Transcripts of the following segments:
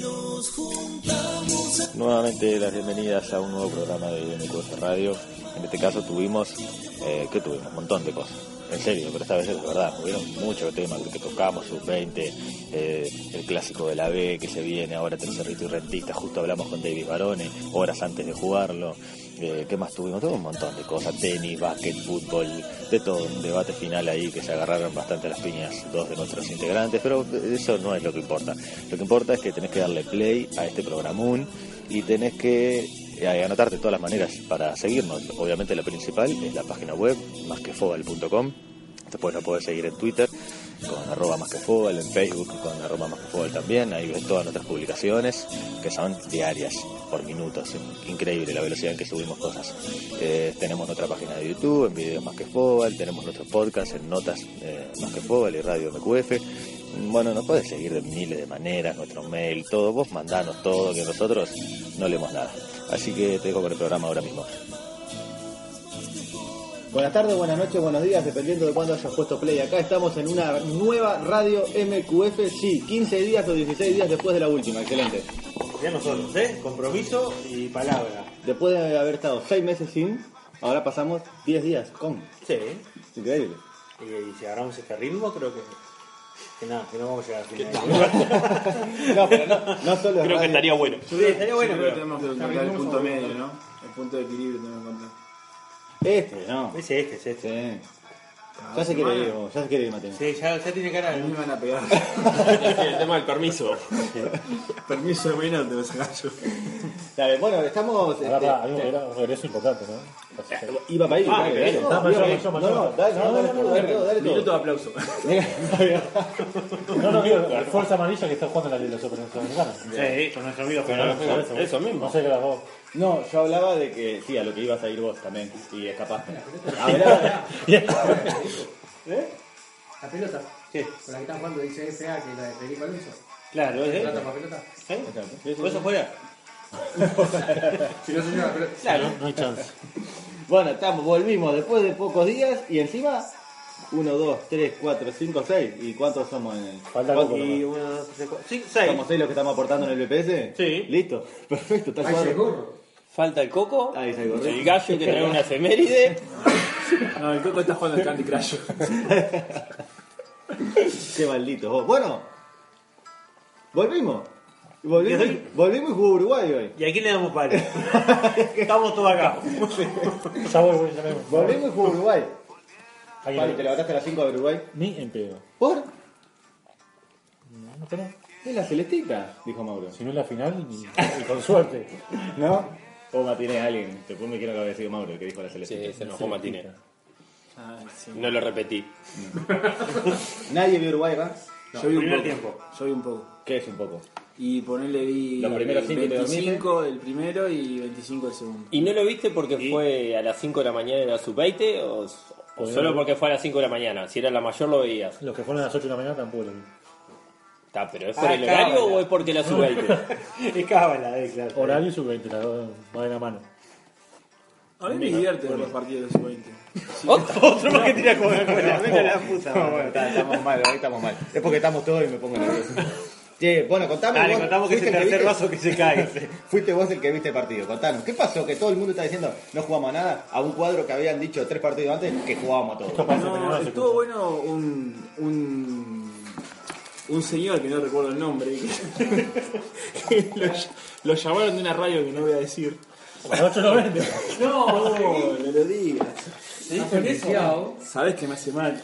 Nos juntamos a... Nuevamente las bienvenidas a un nuevo programa de Unicos Radio. En este caso tuvimos, eh, ¿qué tuvimos? Un montón de cosas. En serio, pero esta vez es verdad, hubieron muchos temas que tocamos, sub-20, eh, el clásico de la B que se viene, ahora Tercerrito y Rentista, justo hablamos con David Barone, horas antes de jugarlo, eh, ¿qué más tuvimos? Todo un montón de cosas, tenis, básquet, fútbol, de todo, un debate final ahí que se agarraron bastante las piñas dos de nuestros integrantes, pero eso no es lo que importa. Lo que importa es que tenés que darle play a este programón y tenés que eh, anotarte de todas las maneras para seguirnos. Obviamente la principal es la página web, másquefobal.com. Después nos podés seguir en Twitter con arroba más que fútbol, en Facebook con arroba más que fútbol también. Ahí ves todas nuestras publicaciones que son diarias, por minutos. Increíble la velocidad en que subimos cosas. Eh, tenemos nuestra página de YouTube en videos más que fútbol, tenemos nuestros podcasts en notas eh, más que fútbol y radio MQF. Bueno, nos puedes seguir de miles de maneras, nuestro mail, todo. Vos mandanos todo, que nosotros no leemos nada. Así que te dejo con el programa ahora mismo. Buenas tardes, buenas noches, buenos días, dependiendo de cuándo hayas puesto play. Acá estamos en una nueva radio MQF, sí, 15 días o 16 días después de la última, excelente. Ya nosotros, ¿eh? Compromiso y palabra. Después de haber estado 6 meses sin, ahora pasamos 10 días con. Sí. Increíble. Y, y si agarramos este ritmo, creo que que nada, que no vamos a llegar al final. no, pero no, no solo Creo radio. que estaría bueno. Sí, estaría bueno, Siempre pero tenemos que encontrar el punto medio, ¿no? El punto de equilibrio tenemos que encontrar. Este, no. Es este, es este. Sí. Cada Ya se quiere semana ir, vos, ya se quiere ir, Mateo. Sí, ya, ya tiene cara A mí de... me van a pegar. El tema del permiso. Permiso de bueno, te vas a gallo. Dale, bueno, estamos... Pará, este, Eh, pará, hay un regreso, regreso importante, ¿no? Así que- Iba para ahí, Ah, dale, bien. dale. No, pero yo, Iba yo, para ahí. yo. No, no, dale, no, dale, todo, dale, todo, dale, todo. Minuto de aplauso. No, no, digo, la fuerza amarilla que está jugando en la Liga Sudamericana. Sí, con nuestro amigo Por Fernando. eso. Eso mismo. No sé que las dos. No, yo hablaba de que sí, a lo que ibas a ir vos también, y escapaste. Hablaba- La pelota. Con la que están jugando dice FA, que es la de Federico Alonso. Claro, es ¿Plata este. para pelota? ¿Vos afuera? Si no se lleva la pelota. Claro. No hay chance. Bueno, estamos, volvimos después de pocos días y encima 1, 2, 3, 4, 5, 6. ¿Y cuántos somos en el? Falta ¿Cuántos- poco, Y nomás. uno, dos, tres, cuatro. Sí, seis. ¿Somos 6 los que estamos aportando en el BPS? Sí. Listo, perfecto, está Ahí se cuadro. gorro. Falta el coco. Ahí se gorro. El gallo que trae una efeméride. No, el coco está jugando al Candy Crush. Qué maldito vos. Bueno, volvimos. Volvimos, volvimos y jugó Uruguay hoy. ¿Y a quién le damos palo? Estamos todos acá. Ya voy, voy, ya me voy. Volvimos y jugó Uruguay. Ahí Pablo, hay- te levantaste a las 5 de Uruguay. Ni en pedo. ¿Por? No, no creo. Es la celestita, dijo Mauro. Si no es la final, y, y con suerte. ¿No? O matiné a alguien. Te pongo me quiero que había sido Mauro el que dijo la celestita. Sí, se enojó Martínez. Ah, No lo repetí. Nadie vio Uruguay, ¿verdad? No, yo vi un primer poco. tiempo. Yo vi un poco. ¿Qué es un poco? Y ponerle vi Los primeros cinco que te 25 el primero y 25 el segundo. ¿Y no lo viste porque fue a las 5 de la mañana en la sub-20 o, o solo porque fue a las 5 de la mañana? Si era la mayor lo veías. Los que fueron a las 8 de la mañana tampoco lo vi. Está, pero ¿es por Ah, el horario cábala. o es porque la sub-20? Es cábala, eh, claro. Horario y sub-20, las dos van de la mano. A mí me divierte ver los partidos de los 20 Oh. Otro más que tira Coca-Cola. Venga la puta. bueno, está- estamos mal, hoy estamos mal. Es porque estamos todos y me pongo nervioso. Che, bueno, contame. Dale, vos, contamos que es fuiste el que tercer viste- vaso que se cae. ese. Fuiste vos el que viste el partido, contanos. ¿Qué pasó? Que todo el mundo está diciendo no jugamos a nada a un cuadro que habían dicho tres partidos antes que jugábamos a todo. Capaz de tener No, más estuvo circunstancias. bueno un, un, un señor que no recuerdo el nombre, que, que lo, ll- lo llamaron de una radio que no voy a decir. A las 8 lo vende. No, no lo digas. Está potenciado. Sabes que me hace mal.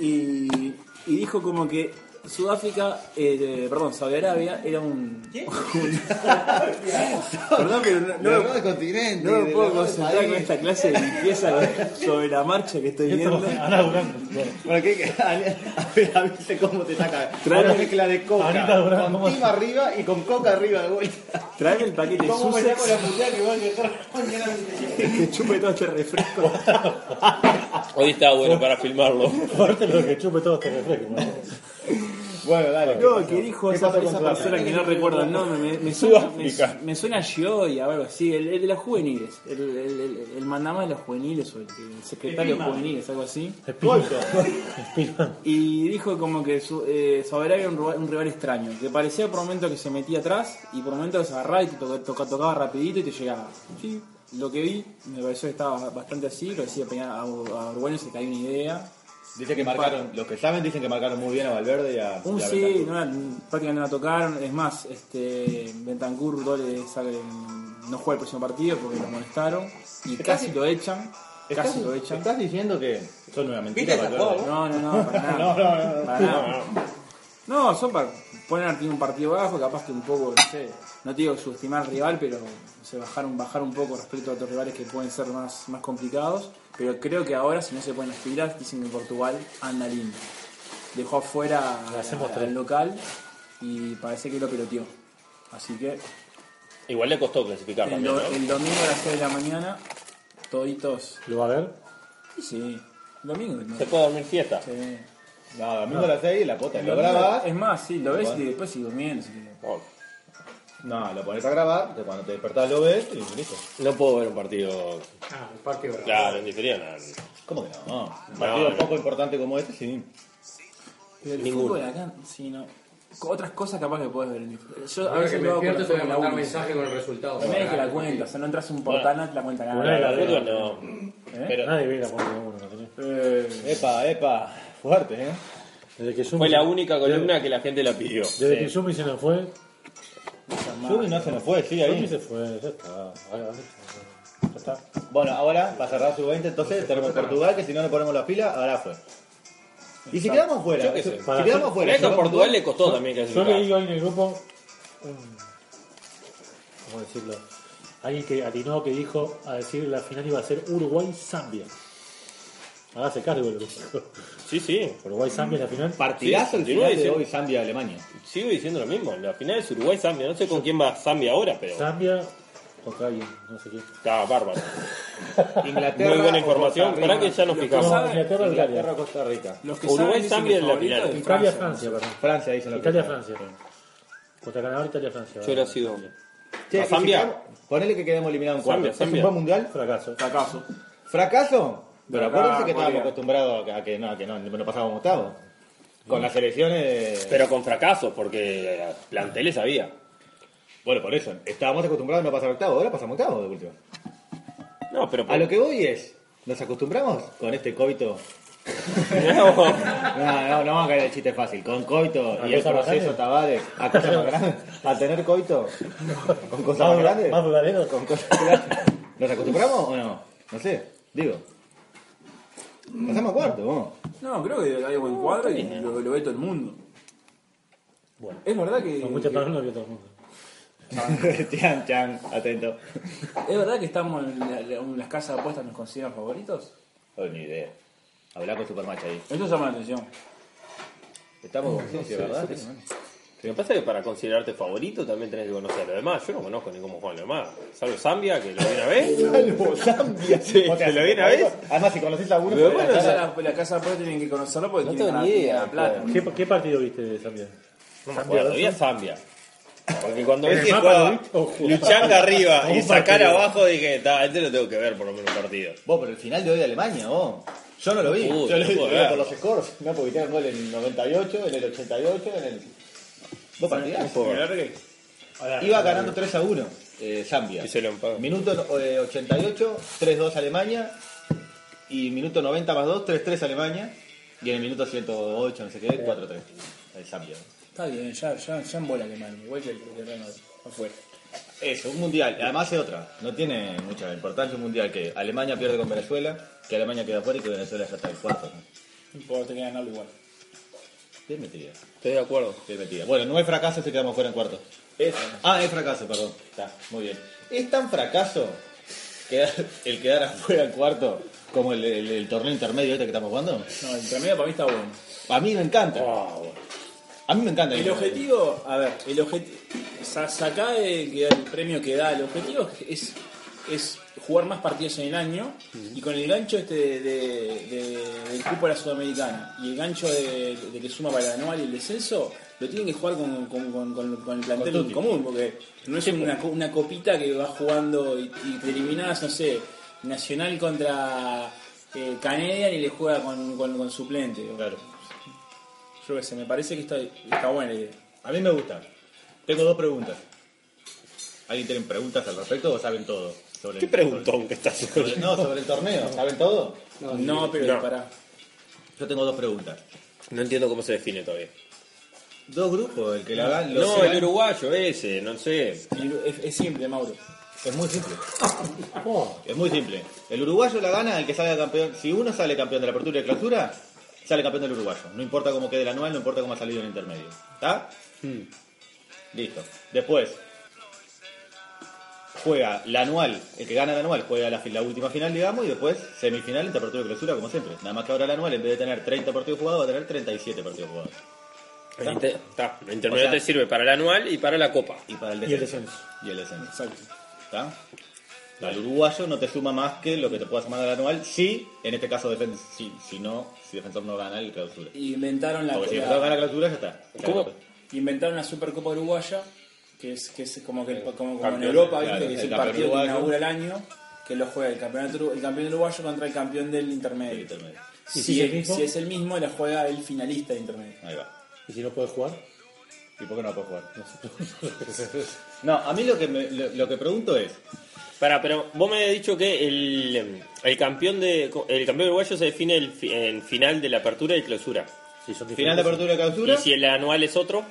y, y dijo como que Sudáfrica, eh, perdón, Saudi Arabia era un... un- perdón, pero no, No, no- no, continente. no me de puedo verdad, concentrar país. con esta clase de limpieza sobre la marcha que estoy Esto viendo. lo- Ana Durán. Bueno, Bueno, ¿qué, a, ver, avise cómo te saca. Trae- Una mezcla de coca. Anita Durán, ¿cómo con Tim arriba y con coca arriba de vuelta. Traeme el paquete Sussex que chupe todo este refresco. Hoy está bueno para filmarlo. Fuerte lo que chupe todo este refresco. ¿no? Bueno, dale. No, que dijo ¿Qué esa, pasó con esa Sudáfrica? persona que no recuerdo el nombre, me, me suena, me, Sudáfrica. me suena Gioia, a algo así, el, el de los juveniles, el, el, el, el mandamás de los juveniles o el, el secretario de juveniles, algo así. Y dijo como que su, eh, Soberá era un, ruba- un rival extraño, que parecía por momentos que se metía atrás y por momentos que se agarraba y te toca- toca- tocaba rapidito y te llegaba. Sí, lo que vi me pareció que estaba bastante así, lo decía Peña- a, a Uruguayo se caía una idea. Dice que marcaron, los que saben dicen que marcaron muy bien a Valverde y a. Un y a Uh, sí, Bentancur. no, la- prácticamente no la tocaron. Es más, este Bentancur Dole sale- no juega el próximo partido porque lo molestaron y casi lo echan. ¿Estás, Casi lo echan. estás diciendo que son una mentira, ¿Viste esa Valverde? No, jugada, no, no, para nada. No, no, no. Para nada. No, son para poner al un partido bajo, capaz que un poco, no sé, no te digo subestimar al rival, pero no sé, bajar, un, bajar un poco respecto a otros rivales que pueden ser más, más complicados. Pero creo que ahora, si no se ponen las pilas, dicen que Portugal anda lindo. Dejó afuera Le hacemos al- tres. al local y parece que lo peloteó. Así que Igual le costó clasificar el, también, do- ¿no? el domingo a las 6 de la mañana, toditos. ¿Lo va a ver? Sí, sí, domingo. ¿no? Se puede dormir fiesta. Sí. No, domingo a las 6 la posta. Lo Lo grabas. Es más, sí, lo ves Bueno. y después sigo durmiendo. si querés. Oh, No, Ah, lo pones a grabar, que cuando te despertás lo ves y listo. No puedo ver un partido. Ah, el partido bravo. Claro, en diferente. ¿Cómo que no? Un partido no. poco importante como este, sí. Pero el Ninguno. fútbol acá, sí, no. Co- Otras cosas capaz que puedes ver en el Yo a Ahora que veces me lo hago despierto te voy a mandar con la Fórmula 1. mensaje con el resultado. Primero es que la cuenta, o sea, no entras a un portal, no te la cuenta Bueno, nada. La verdad no. ¿Eh? Pero Nadie ve la Fórmula 1, ¿no tenés? Eh, Epa, epa. Fuerte, ¿eh? Desde que Yumi, fue la única columna que la gente la pidió. desde que Yumi se nos fue, Yumi no se nos fue, sigue Yumi ahí. se fue, ya Ah, está. Ahora, Ya está. Bueno, ahora, para cerrar su 20, entonces tenemos Portugal, que si no le ponemos la fila, ahora fue. Y si quedamos fuera, qué si sé. Para- quedamos Por fuera. si eso a no- Portugal le costó también Yo le clasificar. digo a alguien en el grupo, Mm. un- ¿cómo decirlo? Alguien que atinó que dijo a decir la final iba a ser Uruguay-Zambia. Hágase cargo el grupo. Sí, sí. Uruguay-Zambia es la final. Partidazo Sí, el continúa final de diciendo. hoy, Zambia-Alemania. Sigo diciendo lo mismo. La final es Uruguay-Zambia. No sé con quién va Zambia ahora, pero. Zambia contra alguien, no sé quién. Está bárbaro. Inglaterra. Muy buena o información. Costa Para Rica. que ya nos fijamos. No, Inglaterra, Inglaterra Italia. o Costa Rica. los que Uruguay, saben dicen Zambia que en el la favorito final. es Italia-Francia, perdón. Francia, dicen lo que Italia-Francia, perdón. Contra el ganador Italia-Francia. Yo hubiera ¿verdad? sido. Che, A y Zambia. si quedamos- ponele que quedemos eliminados en cuarto. Zambia, ¿Es un Zambia. buen mundial? Fracaso. Fracaso. ¿Fracaso? Pero Fracaso, Ah, acuérdense que estábamos María. acostumbrados a que, a que no, a que no, no pasábamos octavo. Con las elecciones. Pero con fracaso, porque planteles había. Bueno, por eso, estábamos acostumbrados a no pasar octavo, ahora pasamos octavo de último. No, pero. A lo que voy es, ¿nos acostumbramos con este coito? No. No, no, no vamos a caer el chiste fácil. Con coito ¿A y el cosas más proceso grandes? Tavares, a cosas más grandes, a tener coito con cosas más ¿Más, grandes, más verdadero? con cosas grandes. ¿Nos acostumbramos o no? No sé, digo. Pasamos a cuarto, vamos. No, creo que hay buen cuadro y lo, lo ve todo el mundo. Bueno. Es verdad que, Con mucha palabra lo vio todo el mundo. chan, chan, atento. es verdad que estamos en, la- la- en las casas de apuestas nos consideran favoritos. Oh, ni idea. Hablar con Supermatch ahí. Eso llama la atención. Estamos con ciencia, ¿verdad? Lo que pasa es que para considerarte favorito también tenés que conocer a los demás. Yo no conozco ni cómo juegan los demás. Salvo Zambia, que lo vi una vez. Salvo Zambia. Sí, ¿te lo vi una vez? Además, si conocés a uno, Pero podés bueno, Pero ya hacer- la, la casa de apuestas tienen que conocerlo porque No tienen tengo ganar- ni idea, tienen ganar plata. ¿Qué, ¿Qué partido viste de Zambia? No me acuerdo, vi a Zambia. Porque cuando ¿En ves el que mapa lo jugaba viste o jugaba? Luchanga arriba Como y un sacar partido. abajo, dije, "Ta, este lo tengo que ver por lo menos un partido. Vos, pero el final de hoy de Alemania, vos. Yo no lo vi. Uy, Yo lo vi joder. lo vi por los scores. No, porque tienen gol en el 98, en el 88, en el. Dos partidas. Iba ganando 3 a 1 eh, Zambia. Y se lo empagan. Minuto no- eh, 88, 3 2 Alemania. Y minuto 90 más 2, 3 3 Alemania. Y en el minuto 108, no sé qué, 4 3. El Zambia. Está bien, ya, ya, ya en bola Alemania, igual que el que ganó afuera. Eso, un mundial. Además es otra. No tiene mucha importancia un mundial que Alemania pierde con Venezuela, que Alemania queda fuera y que Venezuela ya está en cuarto. ¿no? No importa, tenía que ganarlo igual. Bien metida. Estoy de acuerdo. Bien metida. Bueno, no es fracaso si quedamos fuera en cuarto. Ah, es fracaso, perdón. Está, muy bien. Es tan fracaso quedar- el quedar afuera en cuarto como el, el- el torneo intermedio este que estamos jugando. No, el intermedio para mí está bueno. Ah, A mí me encanta. A mí me encanta. El objetivo, a ver, el objetivo. Sacá el, que da- el premio que da, el objetivo es es jugar más partidos en el año y con el gancho este de, de- de- del cupo de la Sudamericana y el gancho de, de que suma para el anual y el descenso, lo tienen que jugar con, con- con- con- con el plantel en común, porque no es una, co- una copita que va jugando y, y te eliminás, no sé, Nacional contra eh, Canadian y le juega con, con- con suplente. Claro. Yo qué sé, me parece que está, está buena la idea. A mí me gusta. Tengo dos preguntas. ¿Alguien tiene preguntas al respecto o saben todo? Sobre ¿Qué el- preguntón que estás sobre- sobre- no, sobre el torneo. ¿Saben todo? No, pero pará. Yo tengo dos preguntas. No entiendo cómo se define todavía. Dos grupos, el que la hagan. los No, que el ganen- uruguayo ese, no sé. Y Es, es simple, Mauro. Es muy simple. Es muy simple. El uruguayo la gana el que salga campeón. Si uno sale campeón de la apertura y clausura, sale campeón del uruguayo. No importa cómo quede el anual, no importa cómo ha salido en el intermedio. ¿Está? Hmm. Listo. Después, juega la anual. El que gana el anual juega la, fi- la última final, digamos, y después semifinal entre apertura y clausura, como siempre. Nada más que ahora el anual, en vez de tener 30 partidos jugados, va a tener 37 partidos jugados. El inter- Está, el intermedio O sea- te sirve para el anual y para la copa. Y para el Y el descenso. descenso. Y el descenso. ¿Está? Al uruguayo no te suma más que lo que te pueda sumar al anual si, en este caso, defen- si, si no, si defensor no gana el clausura. Inventaron la, Porque si la- defensor gana la clausura, ya está. ¿Cómo? inventaron la Supercopa Uruguaya, que es, que es como que el- como, como en Campeón, Europa, ¿viste? claro, que es el el campeón partido que uruguayo. inaugura el año, que lo juega el campeonato el campeón uruguayo contra el campeón del intermedio. El intermedio. Si, ¿Y si es el el- mismo? si es el mismo, la juega el finalista del intermedio. Ahí va. ¿Y si no puedes jugar? ¿Y por qué no puedo jugar? No, a mí lo que, me- lo, lo que pregunto es, Para, pero vos me habías dicho que el, em, el campeón de el campeón uruguayo se define el, fi- en final de la apertura y clausura. Si son final de diferentes. apertura y clausura, Y si el anual es otro,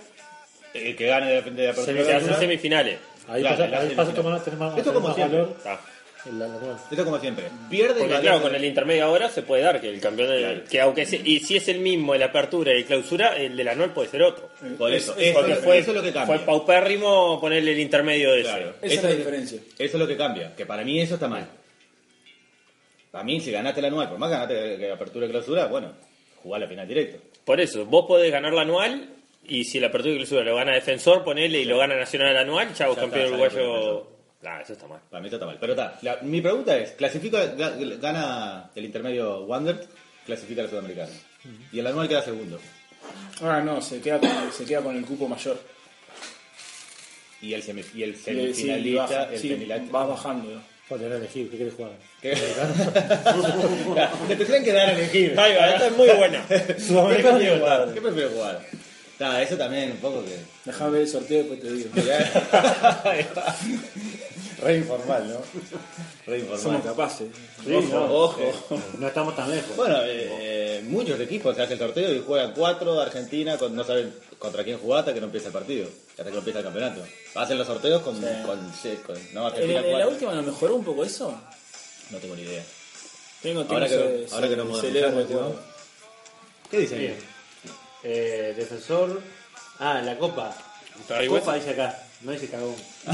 el que gane de, de apertura y se hacen clausura, semifinales. Ahí Claro, pasa, la ahí serie pasa a final. tomar, tener más, Esto tener como más siempre. valor Está. el anual. Esto como siempre, pierde el Porque valor claro, de- con el intermedio ahora se puede dar que el campeón de, Claro. que aunque se- y si es el mismo en la apertura y clausura, el del anual puede ser otro. Por eso, Es- es- eso, Porque fue, eso es lo que cambia. fue paupérrimo ponerle el intermedio de Claro. Esa es Eso la es- diferencia. Eso es lo que cambia, que para mí eso está mal. Para mí, si ganaste el anual, por más que ganaste que apertura y clausura, bueno, jugá la final directo. ese. Por eso, vos podés ganar la anual y si la apertura y clausura lo gana defensor, ponele y lo gana nacional anual, chavo, Ya campeón está, sale uruguayo. Nah, eso está mal. Para mí eso está mal. Pero está, la- mi pregunta es, clasifica, ga- gana el intermedio Wander, clasifica al sudamericano. Y el anual queda segundo. Ahora Ah, no, se queda con, se queda con el cupo mayor. Y el, semi- y el Y- sí, semifinalista, y baja- el sí, semifinalista- vas bajando. Para tener que elegir, ¿qué querés jugar? ¿Qué? Te tendrían que dar a elegir. Ahí va, esta es muy buena. ¿Qué Sudamericano prefiero jugar? ¿Qué prefiero jugar? Está, eso también un poco que... Dejá ver el sorteo y después te digo. Re informal, ¿no? Re Somos informal. capaces. ojo, ojo. No estamos tan lejos. Bueno, eh, eh, muchos equipos se hace el sorteo y juegan cuatro Argentina, con- no saben contra quién jugar hasta que no empieza el partido, hasta que no empieza el campeonato. Hacen los sorteos con... con, sí, con- no, ¿En, Argentina en la cuatro. última no mejoró un poco eso? No tengo ni idea. Tengo Ahora que, tengo no- ese- ahora que no ese podemos leve escuchar, recuerdo. ¿no? ¿Qué dicen? Bien. Eh, defensor. Ah, la copa. Está igual, Copa dice acá. No dice cagón.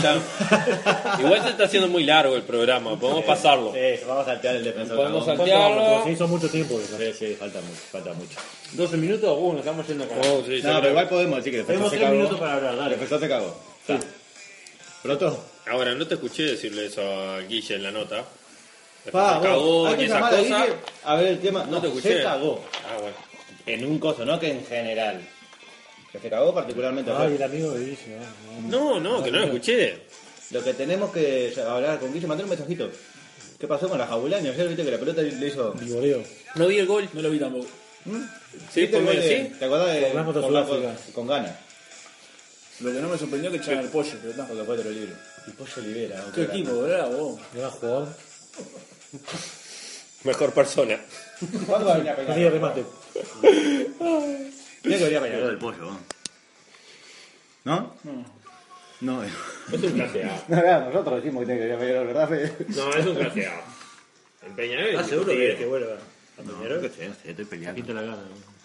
igual se está haciendo muy largo el programa, podemos pasarlo. Sí, vamos a saltear el defensor. Podemos Cagón. ¿Cuánto vamos? saltearlo. Se hizo mucho tiempo. ¿verdad? Sí, sí, falta mucho, falta mucho. 12 minutos, uh, nos estamos yendo acá. Oh, sí, No, pero igual podemos decir que defensor Tenemos se 3 minutos cagó. para hablar, dale. Defensor se cagó. Está. ¿Pronto? Ahora, no te escuché decirle eso a Guille en la nota. Pa, Se cagó vos, hay en que esas llamar a cosas. Guille a ver el tema. No, No te escuché. se cagó. Ah, bueno. En un coso, no que en general. Que se cagó particularmente. Ay, ayer. Ah, el amigo de Guille. ah, no. No, no, que no lo escuché. Lo que tenemos que hablar con Guille, mandar un mensajito. ¿Qué pasó con la jabulaña? Ayer viste que la pelota le hizo... Viboreo. No vi el gol. No lo vi tampoco. Sí, ¿Viste por el gol medio, de- sí. ¿Te acordás de... Ganamos a con la- Sudáfrica. Con ganas. Lo que no me sorprendió que echaran el pollo, pero Porque tampoco. fue otro libro. El pollo libera. ¿Qué equipo, verdad? vos? Gran jugador. Mejor persona. ¿Cuándo va a venir a Nadie Peñarol? remate. Tiene que venir a Peñarol el pollo. ¿No? No. No, Es un claseado. claro, nosotros decimos que tiene que venir a Peñarol, ¿verdad, Fede? No, es un claseado. El Peñarol es Ah, seguro indiscutible. que, que vuelva. No, que sé, estoy peleando. Pinta la gana.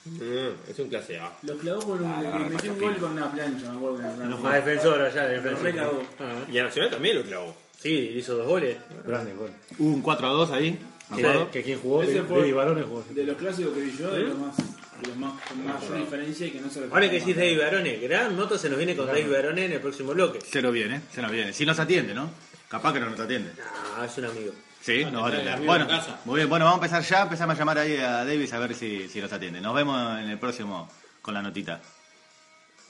Mm, Es un claseado. Lo clavó con Ah, un, le metió un gol con una plancha, me acuerdo. que era una A plancha. defensor allá, Lo recagó. defensor. Ah, Y a Nacional también lo clavó. sí, hizo dos goles. Grande gol. Hubo un 4 a 2 ahí. ¿me acuerdo? Que, que quien jugó, ¿Eh? Ese De fue- Barones jugó. De los clásicos que vi yo, de los más, de los más con mayor diferencia y que no se lo Ahora que decís David Barones, gran nota se nos viene con David Barones en el próximo bloque. Se nos viene, se nos viene. Si nos atiende, ¿no? Capaz que no nos atiende. Ah, es un amigo. Sí, nos va a atender. Bueno, muy bien, bueno, vamos a empezar ya, empezamos a llamar ahí a Davis a ver si, si nos atiende. Nos vemos en el próximo con la notita.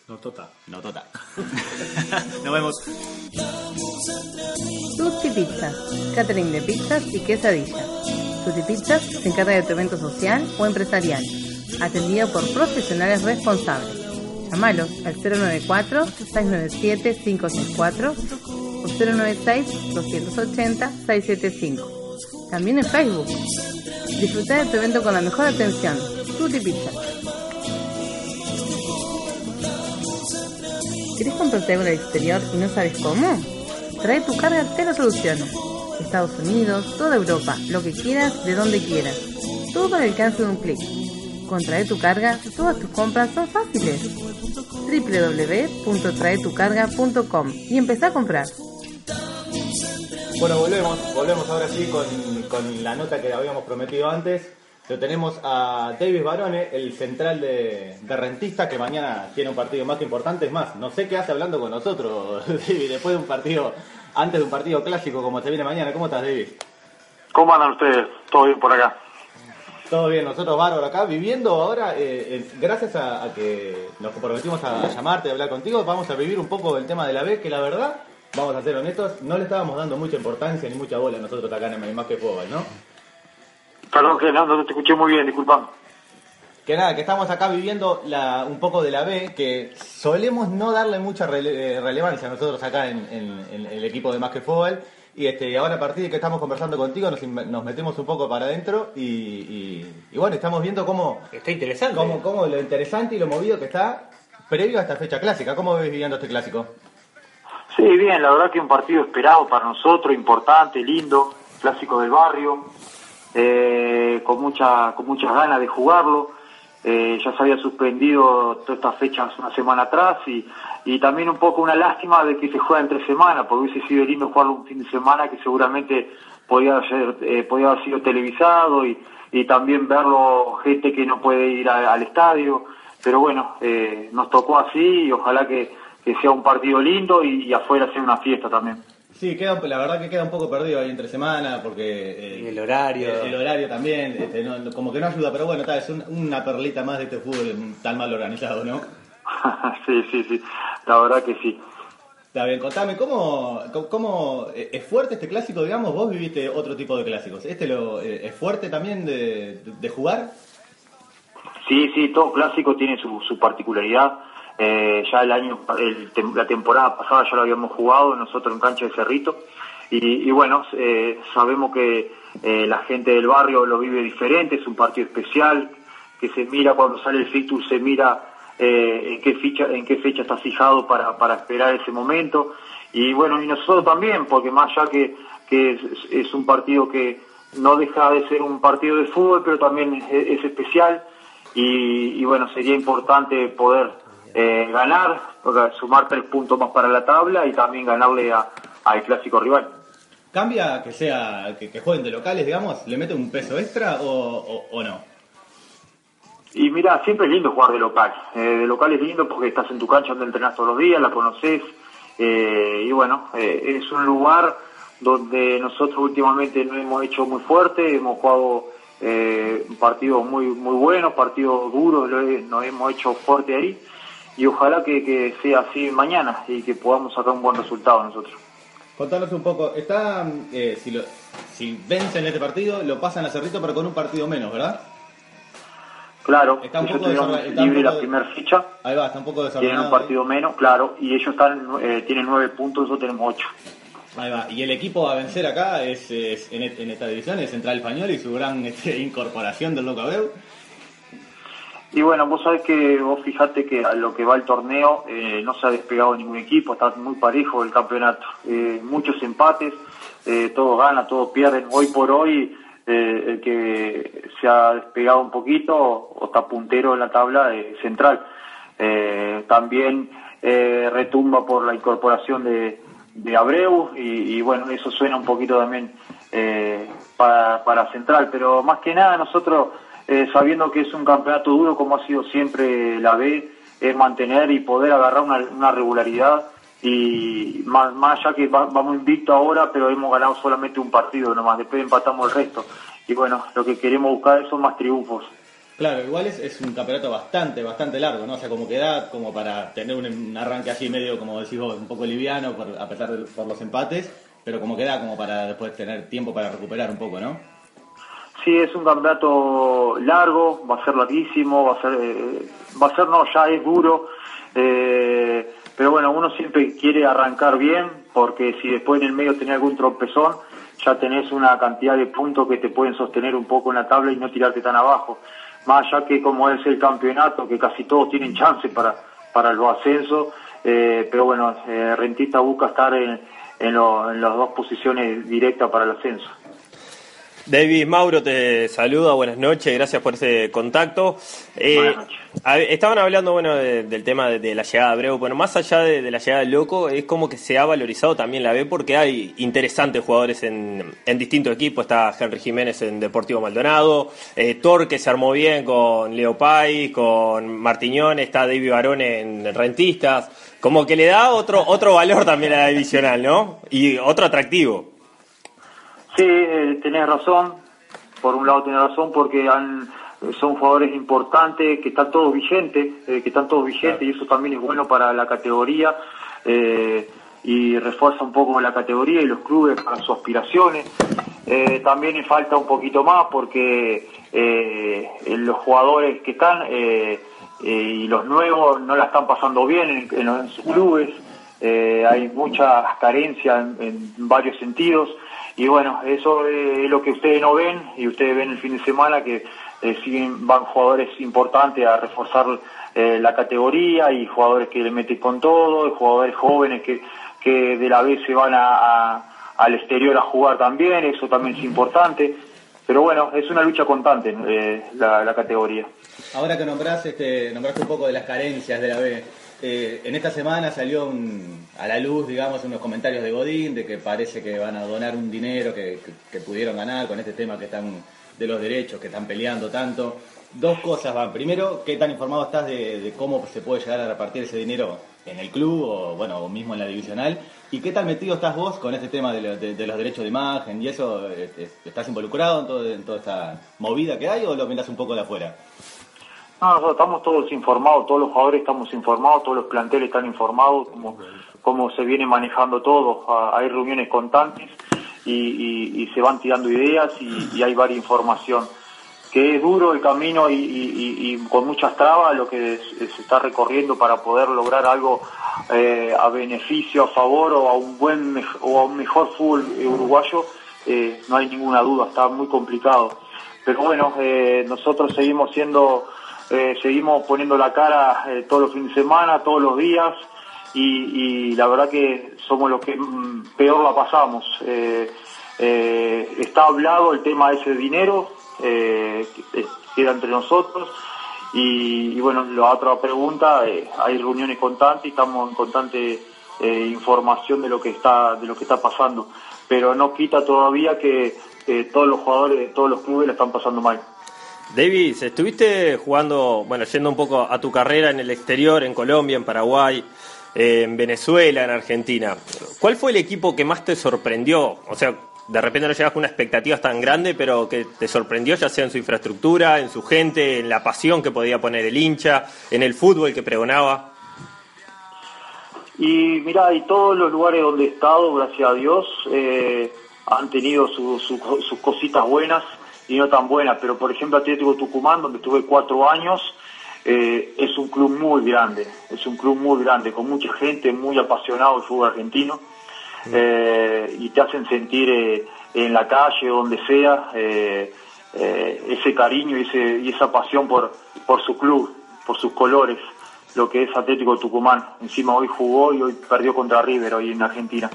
No, tota. Notota. nos vemos. Tutti Pizza, catering de pizzas y quesadillas. Tutti Pizzas se encarga de tu evento social o empresarial, atendido por profesionales responsables. Llámalos al 094-697-564 o 096-280-675. También en Facebook. Disfruta de tu evento con la mejor atención. Tutti Pizza. ¿Querés comprarte algo en el exterior y no sabes cómo? Trae tu carga, te lo soluciono. Estados Unidos, toda Europa, lo que quieras, de donde quieras. Todo al alcance de un clic. Con Trae tu carga, todas tus compras son fáciles. www.traetucarga.com y empezá a comprar. Bueno, volvemos, volvemos ahora sí con, con la nota que habíamos prometido antes. Lo tenemos a Davis Barone, el central de, de Rentistas, que mañana tiene un partido más que importante. Es más, no sé qué hace hablando con nosotros, Davis, después de un partido, antes de un partido clásico como se viene mañana. ¿Cómo estás, Davis? ¿Cómo andan ustedes? ¿Todo bien por acá? Todo bien, nosotros bárbaro acá, viviendo ahora, eh, eh, gracias a, a que nos comprometimos a llamarte y hablar contigo, vamos a vivir un poco el tema de la B, que la verdad, vamos a ser honestos, no le estábamos dando mucha importancia ni mucha bola nosotros acá en el más que fútbol, ¿no? Perdón que no, no te escuché muy bien, disculpame. Que nada, que estamos acá viviendo la, un poco de la B, que solemos no darle mucha rele- eh, relevancia nosotros acá en, en- en el equipo de Más que Fútbol. Y este, ahora a partir de que estamos conversando contigo nos, inme- nos metemos un poco para adentro y, y- y bueno, estamos viendo cómo, Está interesante. cómo, cómo lo interesante y lo movido que está previo a esta fecha clásica. ¿Cómo ves viviendo este clásico? Sí, bien, la verdad que un partido esperado para nosotros, importante, lindo, clásico del barrio, eh, con, mucha, con muchas ganas de jugarlo. Eh, ya se había suspendido todas estas fechas una semana atrás y, y también un poco una lástima de que se juega entre semana, porque hubiese sido lindo jugarlo un fin de semana que seguramente podía haber, eh, podía haber sido televisado y, y también verlo gente que no puede ir a- al estadio. Pero bueno, eh, nos tocó así y ojalá que, que sea un partido lindo y, y afuera sea una fiesta también. Sí, queda, la verdad que queda un poco perdido ahí entre semana porque... eh, Y el horario. El, el horario también, este, no- no- como que no ayuda, pero bueno, tal, es un- una perlita más de este fútbol mm, tan mal organizado, ¿no? sí, sí, sí, la verdad que sí. Está bien, contame, ¿cómo, cómo- cómo es fuerte este clásico? Digamos, vos viviste otro tipo de clásicos. ¿Este lo, eh, es fuerte también de, de jugar? Sí, sí, todo clásico tiene su, su particularidad. Eh, ya el año, el tem- la temporada pasada ya lo habíamos jugado nosotros en cancha de Cerrito y, y bueno, eh, sabemos que eh, la gente del barrio lo vive diferente, es un partido especial que se mira cuando sale el fixture, se mira eh, en qué fecha en qué fecha está fijado para, para esperar ese momento y bueno y nosotros también porque más allá que, que es, es un partido que no deja de ser un partido de fútbol pero también es, es especial y, y, bueno sería importante poder eh, ganar o sea, sumar tres puntos más para la tabla y también ganarle a- al clásico rival ¿Cambia que sea que, que jueguen de locales, digamos? ¿Le mete un peso extra o, o- o no? Y mira, siempre es lindo jugar de local. Eh, de local es lindo porque estás en tu cancha donde entrenás todos los días, la conoces. eh, y bueno, eh, es un lugar donde nosotros últimamente nos hemos hecho muy fuerte, hemos jugado eh, partidos muy muy buenos, partidos duros, lo he- nos hemos hecho fuerte ahí. Y ojalá que, que sea así mañana y que podamos sacar un buen resultado nosotros. Contanos un poco, está eh, si, lo, si vencen este partido, lo pasan a Cerrito, pero con un partido menos, ¿verdad? Claro, Está un ellos poco tuvieron desorgan- está un libre poco la de- primera ficha, Ahí va, está un poco ¿eh? desordenado. tienen un partido menos, claro, y ellos están, eh, tienen nueve puntos, nosotros tenemos ocho. Ahí va. Y el equipo a vencer acá es, es- en, et- en esta división es Central Español y su gran este, incorporación del Locabeu. Y bueno, vos sabés que vos fijate que a lo que va el torneo eh, no se ha despegado ningún equipo, está muy parejo el campeonato. Eh, muchos empates, eh, todos ganan, todos pierden. Hoy por hoy eh, el que se ha despegado un poquito o está puntero en la tabla eh, central. Eh, también eh, retumba por la incorporación de, de Abreu y, y bueno, eso suena un poquito también eh, para, para Central, pero más que nada nosotros, eh, sabiendo que es un campeonato duro como ha sido siempre la B, es mantener y poder agarrar una, una regularidad y más, más allá que va- vamos invicto ahora, pero hemos ganado solamente un partido nomás, después empatamos el resto. Y bueno, lo que queremos buscar son más triunfos. Claro, igual es, es un campeonato bastante, bastante largo, ¿no? O sea, como que da como para tener un, un arranque así medio, como decís vos, un poco liviano, por- a pesar de por los empates, pero como que da como para después tener tiempo para recuperar un poco, ¿no? Sí, es un campeonato largo, va a ser larguísimo, va a ser, eh, va a ser no, ya es duro, eh, pero bueno, uno siempre quiere arrancar bien, porque si después en el medio tenés algún trompezón, ya tenés una cantidad de puntos que te pueden sostener un poco en la tabla y no tirarte tan abajo. Más ya que como es el campeonato, que casi todos tienen chance para, para los ascensos, eh, pero bueno, eh, Rentista busca estar en, en, lo- en las dos posiciones directas para el ascenso. David Mauro te saluda, buenas noches, gracias por ese contacto. Eh, Buenas noches. a- estaban hablando bueno de- del tema de, de la llegada de Abreu, pero más allá de, de la llegada de Loco, es como que se ha valorizado también la B porque hay interesantes jugadores en, en distintos equipos. Está Henry Jiménez en Deportivo Maldonado, eh, Torque se armó bien con Leo Pais, con Martiñón, está David Barón en Rentistas. Como que le da otro, otro valor también a la divisional, ¿no? Y otro atractivo. Sí, eh, tenés razón. Por un lado tenés razón porque han, son jugadores importantes que están todos vigentes, eh, que están todos vigentes y eso también es bueno para la categoría eh, y refuerza un poco la categoría y los clubes para sus aspiraciones. Eh, también falta un poquito más porque eh, los jugadores que están eh, eh, y los nuevos no la están pasando bien en, en los- en sus clubes. Eh, hay mucha carencia en, en varios sentidos y bueno, eso eh, es lo que ustedes no ven y ustedes ven el fin de semana que eh, siguen, van jugadores importantes a reforzar eh, la categoría y jugadores que le meten con todo, y jugadores jóvenes que, que de la vez se van a- a- al exterior a jugar también, eso también es importante, pero bueno, es una lucha constante eh, la- la categoría. Ahora que nombrás, este, nombraste un poco de las carencias de la B. eh, en esta semana salió un- a la luz, digamos, unos comentarios de Godín de que parece que van a donar un dinero que, que- que pudieron ganar con este tema que están de los derechos, que están peleando tanto. Dos cosas van. Primero, ¿qué tan informado estás de, de cómo se puede llegar a repartir ese dinero en el club o, bueno, o mismo en la divisional? ¿Y qué tan metido estás vos con este tema de, lo- de- de los derechos de imagen y eso? eh, eh, ¿Estás involucrado en, todo- en toda esta movida que hay o lo mirás un poco de afuera? No, nosotros estamos todos informados, todos los jugadores estamos informados, todos los planteles están informados, cómo, cómo se viene manejando todo. Ah, Hay reuniones constantes y, y- y se van tirando ideas y, y hay varia información. Que es duro el camino y, y- y- y con muchas trabas lo que se se está recorriendo para poder lograr algo eh, a beneficio, a favor o a un buen mej- o a un mejor fútbol eh, uruguayo, eh, no hay ninguna duda, está muy complicado. Pero bueno, eh, nosotros seguimos siendo eh, seguimos poniendo la cara eh, todos los fines de semana, todos los días, y, y la verdad que somos los que mm, peor la pasamos. Eh, eh, está hablado el tema de ese dinero, eh, que- eh, queda entre nosotros, y, y bueno, la otra pregunta, eh, hay reuniones constantes y estamos en constante eh, información de lo que está de lo que está pasando, pero no quita todavía que eh, todos los jugadores de todos los clubes la están pasando mal. Davis, estuviste jugando, bueno, yendo un poco a tu carrera en el exterior, en Colombia, en Paraguay, eh, en Venezuela, en Argentina. ¿Cuál fue el equipo que más te sorprendió? O sea, de repente no llegas con unas expectativas tan grandes, pero que te sorprendió, ya sea en su infraestructura, en su gente, en la pasión que podía poner el hincha, en el fútbol que pregonaba. Y mira, y todos los lugares donde he estado, gracias a Dios, eh, han tenido su- su- sus cositas buenas y no tan buenas. Pero por ejemplo, Atlético Tucumán, donde estuve cuatro años, eh, es un club muy grande, es un club muy grande, con mucha gente, muy apasionado del fútbol argentino. eh, y te hacen sentir eh, en la calle, donde sea, eh, eh, ese cariño y, ese- y esa pasión por, por su club, por sus colores, lo que es Atlético Tucumán. Encima hoy jugó y hoy perdió contra River hoy en Argentina.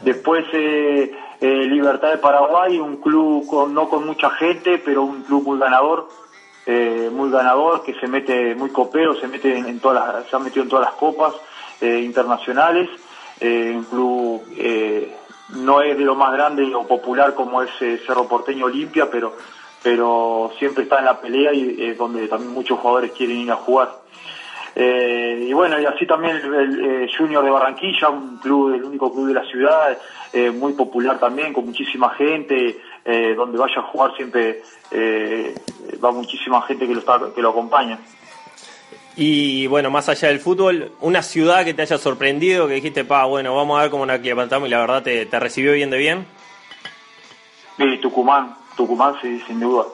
Después eh, eh, Libertad de Paraguay, un club con- no con mucha gente, pero un club muy ganador, eh, muy ganador, que se mete muy copero, se mete en, en todas las- se ha metido en todas las copas eh, internacionales, eh, un club eh, no es de lo más grande o popular como es eh, Cerro Porteño Olimpia, pero eh, pero siempre está en la pelea y es donde también muchos jugadores quieren ir a jugar. Eh, y bueno, y así también el, el, eh, Junior de Barranquilla, un club, el único club de la ciudad, eh, muy popular también, con muchísima gente, eh, donde vaya a jugar siempre eh, va muchísima gente que lo, está, que lo acompaña. Y bueno, más allá del fútbol, una ciudad que te haya sorprendido, que dijiste, pa, bueno, vamos a ver cómo nos levantamos y la verdad te, te recibió bien de bien. Sí, Tucumán, Tucumán, sí, sin duda.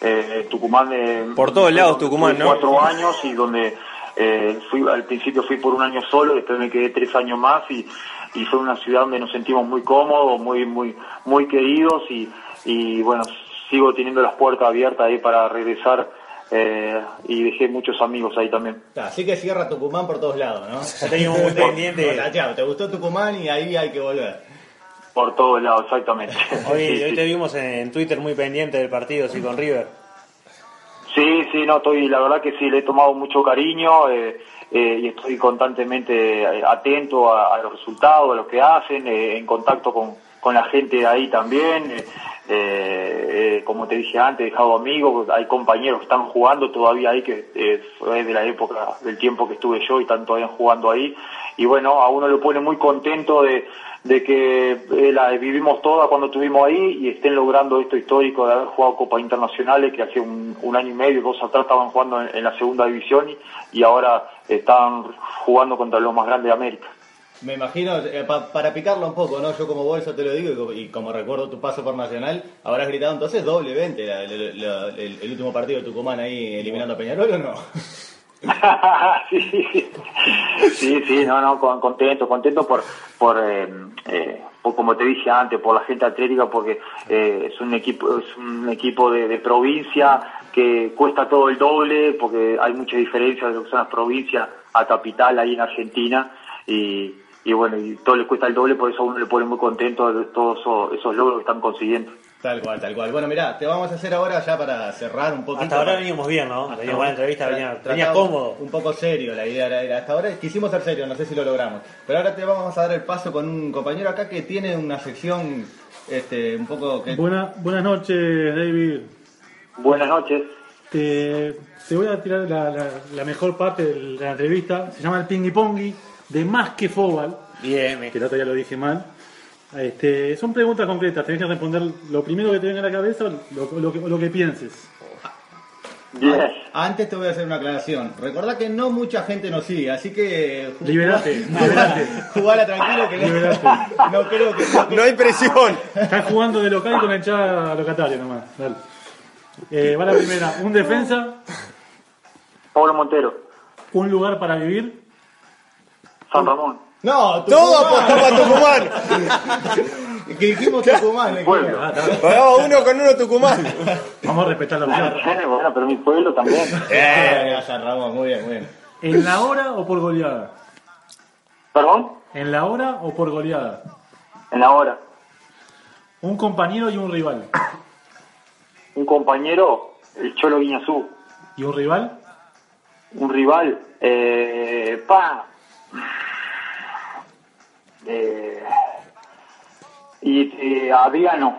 Eh, Tucumán. eh, Por todos lados, donde Tucumán, estuve ¿no? Cuatro años y donde eh, fui, al principio fui por un año solo, después me quedé tres años más y, y fue una ciudad donde nos sentimos muy cómodos, muy, muy, muy queridos y, y bueno, sigo teniendo las puertas abiertas ahí para regresar eh, y dejé muchos amigos ahí también. Está, así que cierra Tucumán por todos lados, ¿no? Ya teníamos un pendiente. Hola, chao, te gustó Tucumán y ahí hay que volver. Por todos lados, exactamente. Sí, Hoy, hoy sí. te vimos en, en Twitter muy pendiente del partido, sí, con River. Sí, sí, no, estoy, la verdad que sí, le he tomado mucho cariño eh, eh, y estoy constantemente eh, atento a, a los resultados, a lo que hacen, eh, en contacto con, con la gente de ahí también. eh, eh, eh, como te dije antes, he dejado amigos, hay compañeros que están jugando todavía ahí, que eh, fue de la época, del tiempo que estuve yo y están todavía jugando ahí. Y bueno, a uno lo pone muy contento de, de que eh, la vivimos toda cuando estuvimos ahí y estén logrando esto histórico de haber jugado Copa Internacionales, que hace un, un año y medio, dos atrás estaban jugando en, en la segunda división y, y ahora están jugando contra los más grandes de América. Me imagino, eh, pa- para picarlo un poco, ¿no? Yo como vos eso te lo digo y como, y como recuerdo tu paso por Nacional, habrás gritado entonces doble 20 la- la- la- el, el último partido de Tucumán ahí eliminando a Peñarol o no? sí, sí, sí, no, no, con- contento, contento por, por, eh, eh, por, como te dije antes, por la gente atlética, porque eh, es un equipo, es un equipo de, de provincia que cuesta todo el doble, porque hay mucha diferencia de lo que son las provincias a capital ahí en Argentina y, y bueno, y todo le cuesta el doble, por eso a uno le pone muy contento de todos esos, esos logros que están consiguiendo. Tal cual, tal cual. Bueno, mirá, te vamos a hacer ahora ya para cerrar un poquito. Hasta ahora para- veníamos bien, ¿no? Hasta Teníamos buena entrevista, tra- venía, venía tratamos cómodo. Un poco serio la idea era, era- hasta ahora quisimos ser serios, no sé si lo logramos. Pero ahora te vamos a dar el paso con un compañero acá que tiene una sección este un poco que Eh. Buena- buenas noches, David. Buenas noches. Te, te voy a tirar la, la- la mejor parte de la entrevista. Se llama el Pingui Pongi de Más que Fobal. Bien, me- Que el otro día lo dije mal. Este, son preguntas concretas. Tenés que responder lo primero que te venga a la cabeza o lo, lo que, o lo que pienses. Bien. Antes te voy a hacer una aclaración. Recordá que no mucha gente nos sigue, así que. ju- Liberate, jugá- liberate. Jugala tranquilo que Liberate. no creo que. No hay presión. Estás jugando de local con la hinchada locataria nomás. Dale. Eh, va la primera. Un defensa, Pablo Montero, un lugar para vivir, San Ramón, No, Todo Tucumán. apostaba a Tucumán. Que dijimos Tucumán, le pueblo. quiero. Pagaba uno con uno Tucumán. Vamos a respetar la opción. Ah, Bueno, pero mi pueblo también. Ah, San Ramón, muy bien, muy bien. Eh. ¿En la hora o por goleada? ¿Perdón? ¿En la hora o por goleada? En la hora. Un compañero y un rival. Un compañero, el Cholo Guiñazú. ¿Y un rival? Un rival, eh, pa. Eh, y eh, Adriano,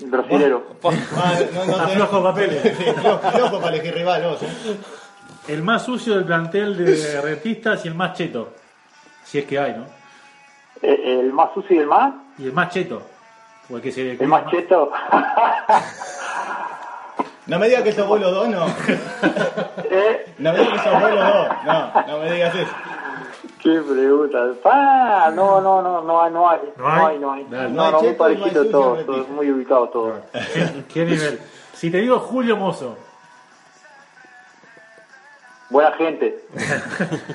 el brasilero. Ah, no, no, Está te- flojo de papeles. Sí, flojo flojo para elegir rival vos. eh. El más sucio del plantel de rentistas y el más cheto. Si es que hay, ¿no? Eh, el más sucio y el más. Y el más cheto. O el que se El más cheto. No me digas que sos vos los dos, no. Eh, No me digas que sos vos los dos. Ah, No, no me digas eso. qué pregunta. Pa, no, no, no, no hay, no hay. ¿No hay? no hay. No, Dale. No hay no, muy cheto, no hay parejito sucio, todo, repito. todo, muy ubicado todo. ¿Qué nivel? Si te digo Julio Mozo, Buena gente.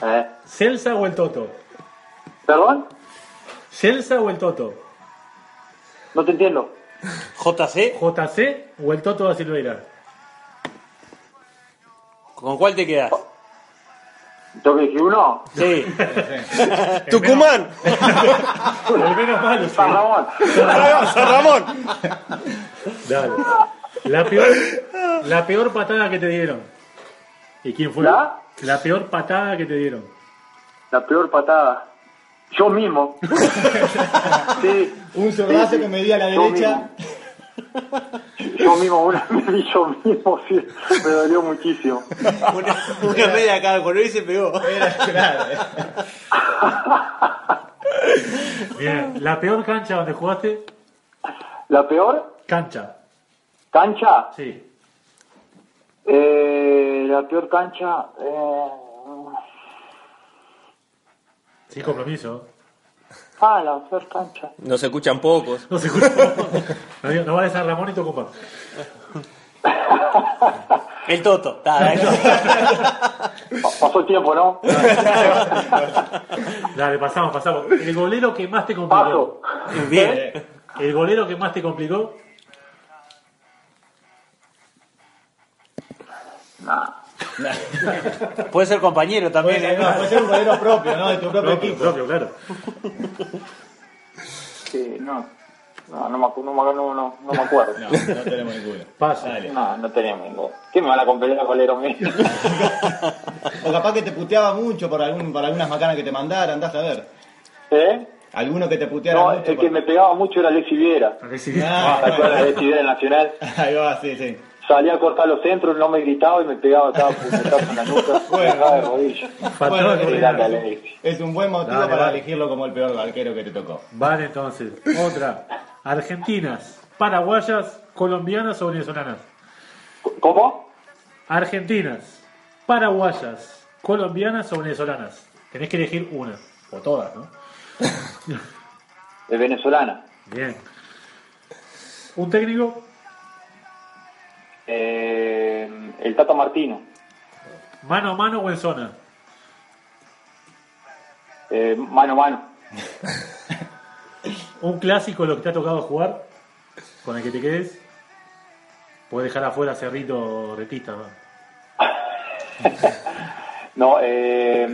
Eh, ¿Celsa o el Toto? ¿Perdón? ¿Celsa o el Toto? No te entiendo. JC, ¿JC o el Toto da Silveira? ¿con cuál te quedas? Yo que dije uno, Sí. Tucumán. El menos malo. sí. San Ramón. San Ramón. Dale. La peor, la peor patada que te dieron. ¿Y quién fue? ¿La? La peor patada que te dieron. La peor patada. Yo mismo. sí, Un zurdazo que me di a la Yo derecha. Yo mismo, una me di yo mismo, sí, me dolió muchísimo. Una, una media de cada color y se pegó. Bien, la peor cancha donde jugaste, La peor cancha. cancha, Sí. eh, la peor cancha, eh, Sin compromiso. ah, la peor cancha. Nos escuchan pocos. No se escucha. No, digo, no vale San Ramón y tu compa. El Toto. Está, el Toto. Pa- Pasó el tiempo, ¿no? Dale, pasamos, pasamos. El golero que más te complicó. Paso. Bien. Eh, El golero que más te complicó. Puede ser compañero también. Puede, ¿eh? no, puede ser un golero propio, ¿no? De tu propio Propio, equipo. propio, claro. Sí, no. No, no me, acu- no, me- no, no, no me acuerdo. No, no tenemos ninguno. Paso. Dale. No, no teníamos ninguno. ¿Qué me van a competir a golero mío? O capaz que te puteaba mucho por, algún, por algunas macanas que te mandaran, andás a ver. ¿Eh? Alguno que te puteara No, mucho. el que por- me pegaba mucho era Alexi Viera. Ah, ¿Te acuerdas de Alexi Viera en Nacional? Ahí va, sí, sí. Salía a cortar los centros, no me gritaba y me pegaba, estaba puñetazo en la nuca, me Bueno. dejaba de rodillas. Faltó Bueno, eh, el golero. Grande Alexi. Es un buen motivo Dale, para dale. elegirlo como el peor arquero que te tocó. Vale, entonces. Otra. Argentinas, paraguayas, colombianas o venezolanas. ¿Cómo? Argentinas, paraguayas, colombianas o venezolanas. Tenés que elegir una. O todas, ¿no? De venezolana. Bien. Un técnico, Eh, el Tata Martino. mano a mano o en zona. Eh, mano a mano. Un clásico lo que te ha tocado jugar, con el que te quedes. Puedes dejar afuera a Cerrito o Retista. ¿no? No, eh,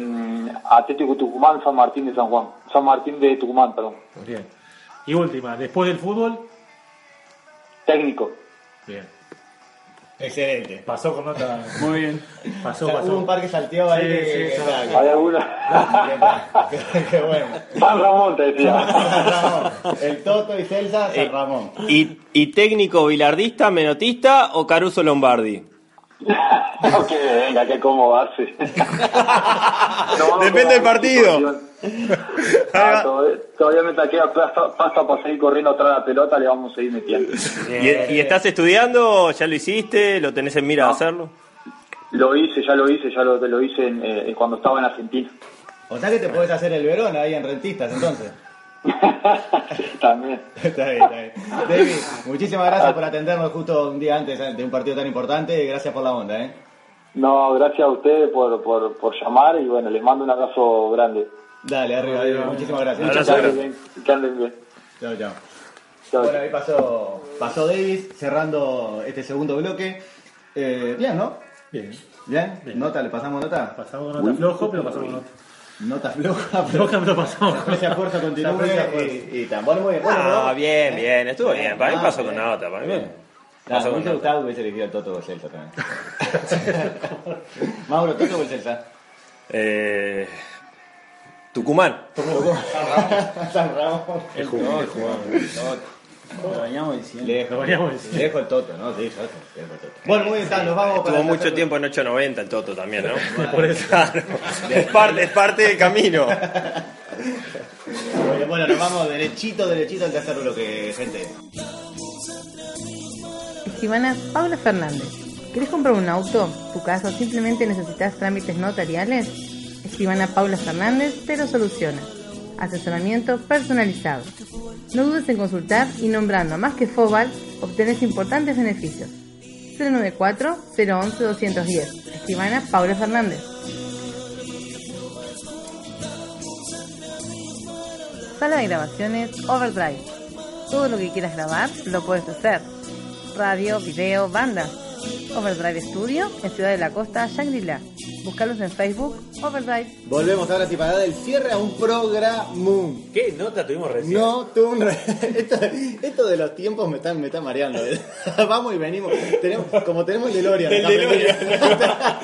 Atlético Tucumán, San Martín de San Juan. San Martín de Tucumán, perdón. Bien. Y última, después del fútbol. Técnico. Bien. Excelente. Pasó con nota. Muy bien. Pasó, O sea, hubo un pasó. par que salteó ahí. Sí, que- sí, que- sí. que- ¿Hay alguna? que- que bueno. San Ramón te decía. San Ramón. El Toto y Celsa, Eh, San Ramón. ¿Y, y técnico bilardista, menotista o Caruso Lombardi? No, que venga, que cómo hace. Depende del partido. Ah, todavía, todavía me taquea pasta, pasta para seguir corriendo atrás de la pelota, le vamos a seguir metiendo. Eh. ¿Y, y estás estudiando? ¿Ya lo hiciste? ¿Lo tenés en mira de hacerlo? Lo hice, ya lo hice, ya lo, lo hice en, eh, cuando estaba en Argentina. O sea que te podés hacer el Verón ahí en Rentistas, entonces. También. Está bien, está bien. David, muchísimas gracias por atendernos justo un día antes de un partido tan importante. y Gracias por la onda, ¿eh? No, gracias a ustedes por, por, por llamar y bueno, les mando un abrazo grande. Dale, arriba, David. Muchísimas gracias. Que anden bien, que anden bien. Chao, chao. Chao, Bueno, chao. ahí pasó, pasó Davis cerrando este segundo bloque. Eh, bien, ¿no? Bien. Bien. Nota, le pasamos nota. Pasamos con nota flojo, pero pasamos con nota. Nota floja, pero Floja, pero pasamos con esa fuerza continúe y, y tan bueno, muy bien. Bueno, Ah, ¿no? bien, bien, estuvo bien. Para mí Ah, pasó bien. con nota, para mí. Claro, me Pasó con hubiese nota. gustado que hubiese elegido el Toto o el Celsa también. Mauro, ¿Toto o el Celsa? Eh, Tucumán. San Ramón. El jugador, el jugador. Lo bañamos diciendo. Le dejo, Podríamos decir. le dejo el Toto, ¿no? Sí, yo le dejo el Toto. Bueno, muy bien, tal, nos vamos para Tuvo el mucho tercer- tiempo en 890 el Toto también, ¿no? Por eso. Claro. Es parte, es parte del camino. Bueno, Bueno, nos vamos derechito, derechito al tercer bloque, gente. Estimana Paula Fernández, ¿querés comprar un auto, tu casa o simplemente necesitas trámites notariales? Estimana Paula Fernández te lo soluciona. Asesoramiento personalizado. No dudes en consultar y nombrando a más que Fobal obtenés importantes beneficios. 094-011-210. Estimana Paula Fernández. Sala de grabaciones Overdrive. Todo lo que quieras grabar lo puedes hacer. Radio, video, banda. Overdrive Studio en Ciudad de la Costa, Shangri-La. Buscarlos en Facebook, Overdrive. Volvemos ahora sí para dar el cierre a un programón. ¿Qué nota tuvimos recién? No, tú un re- esto, esto de los tiempos me está, me está mareando. ¿eh? Vamos y venimos. Tenemos, como tenemos el DeLorean. acá,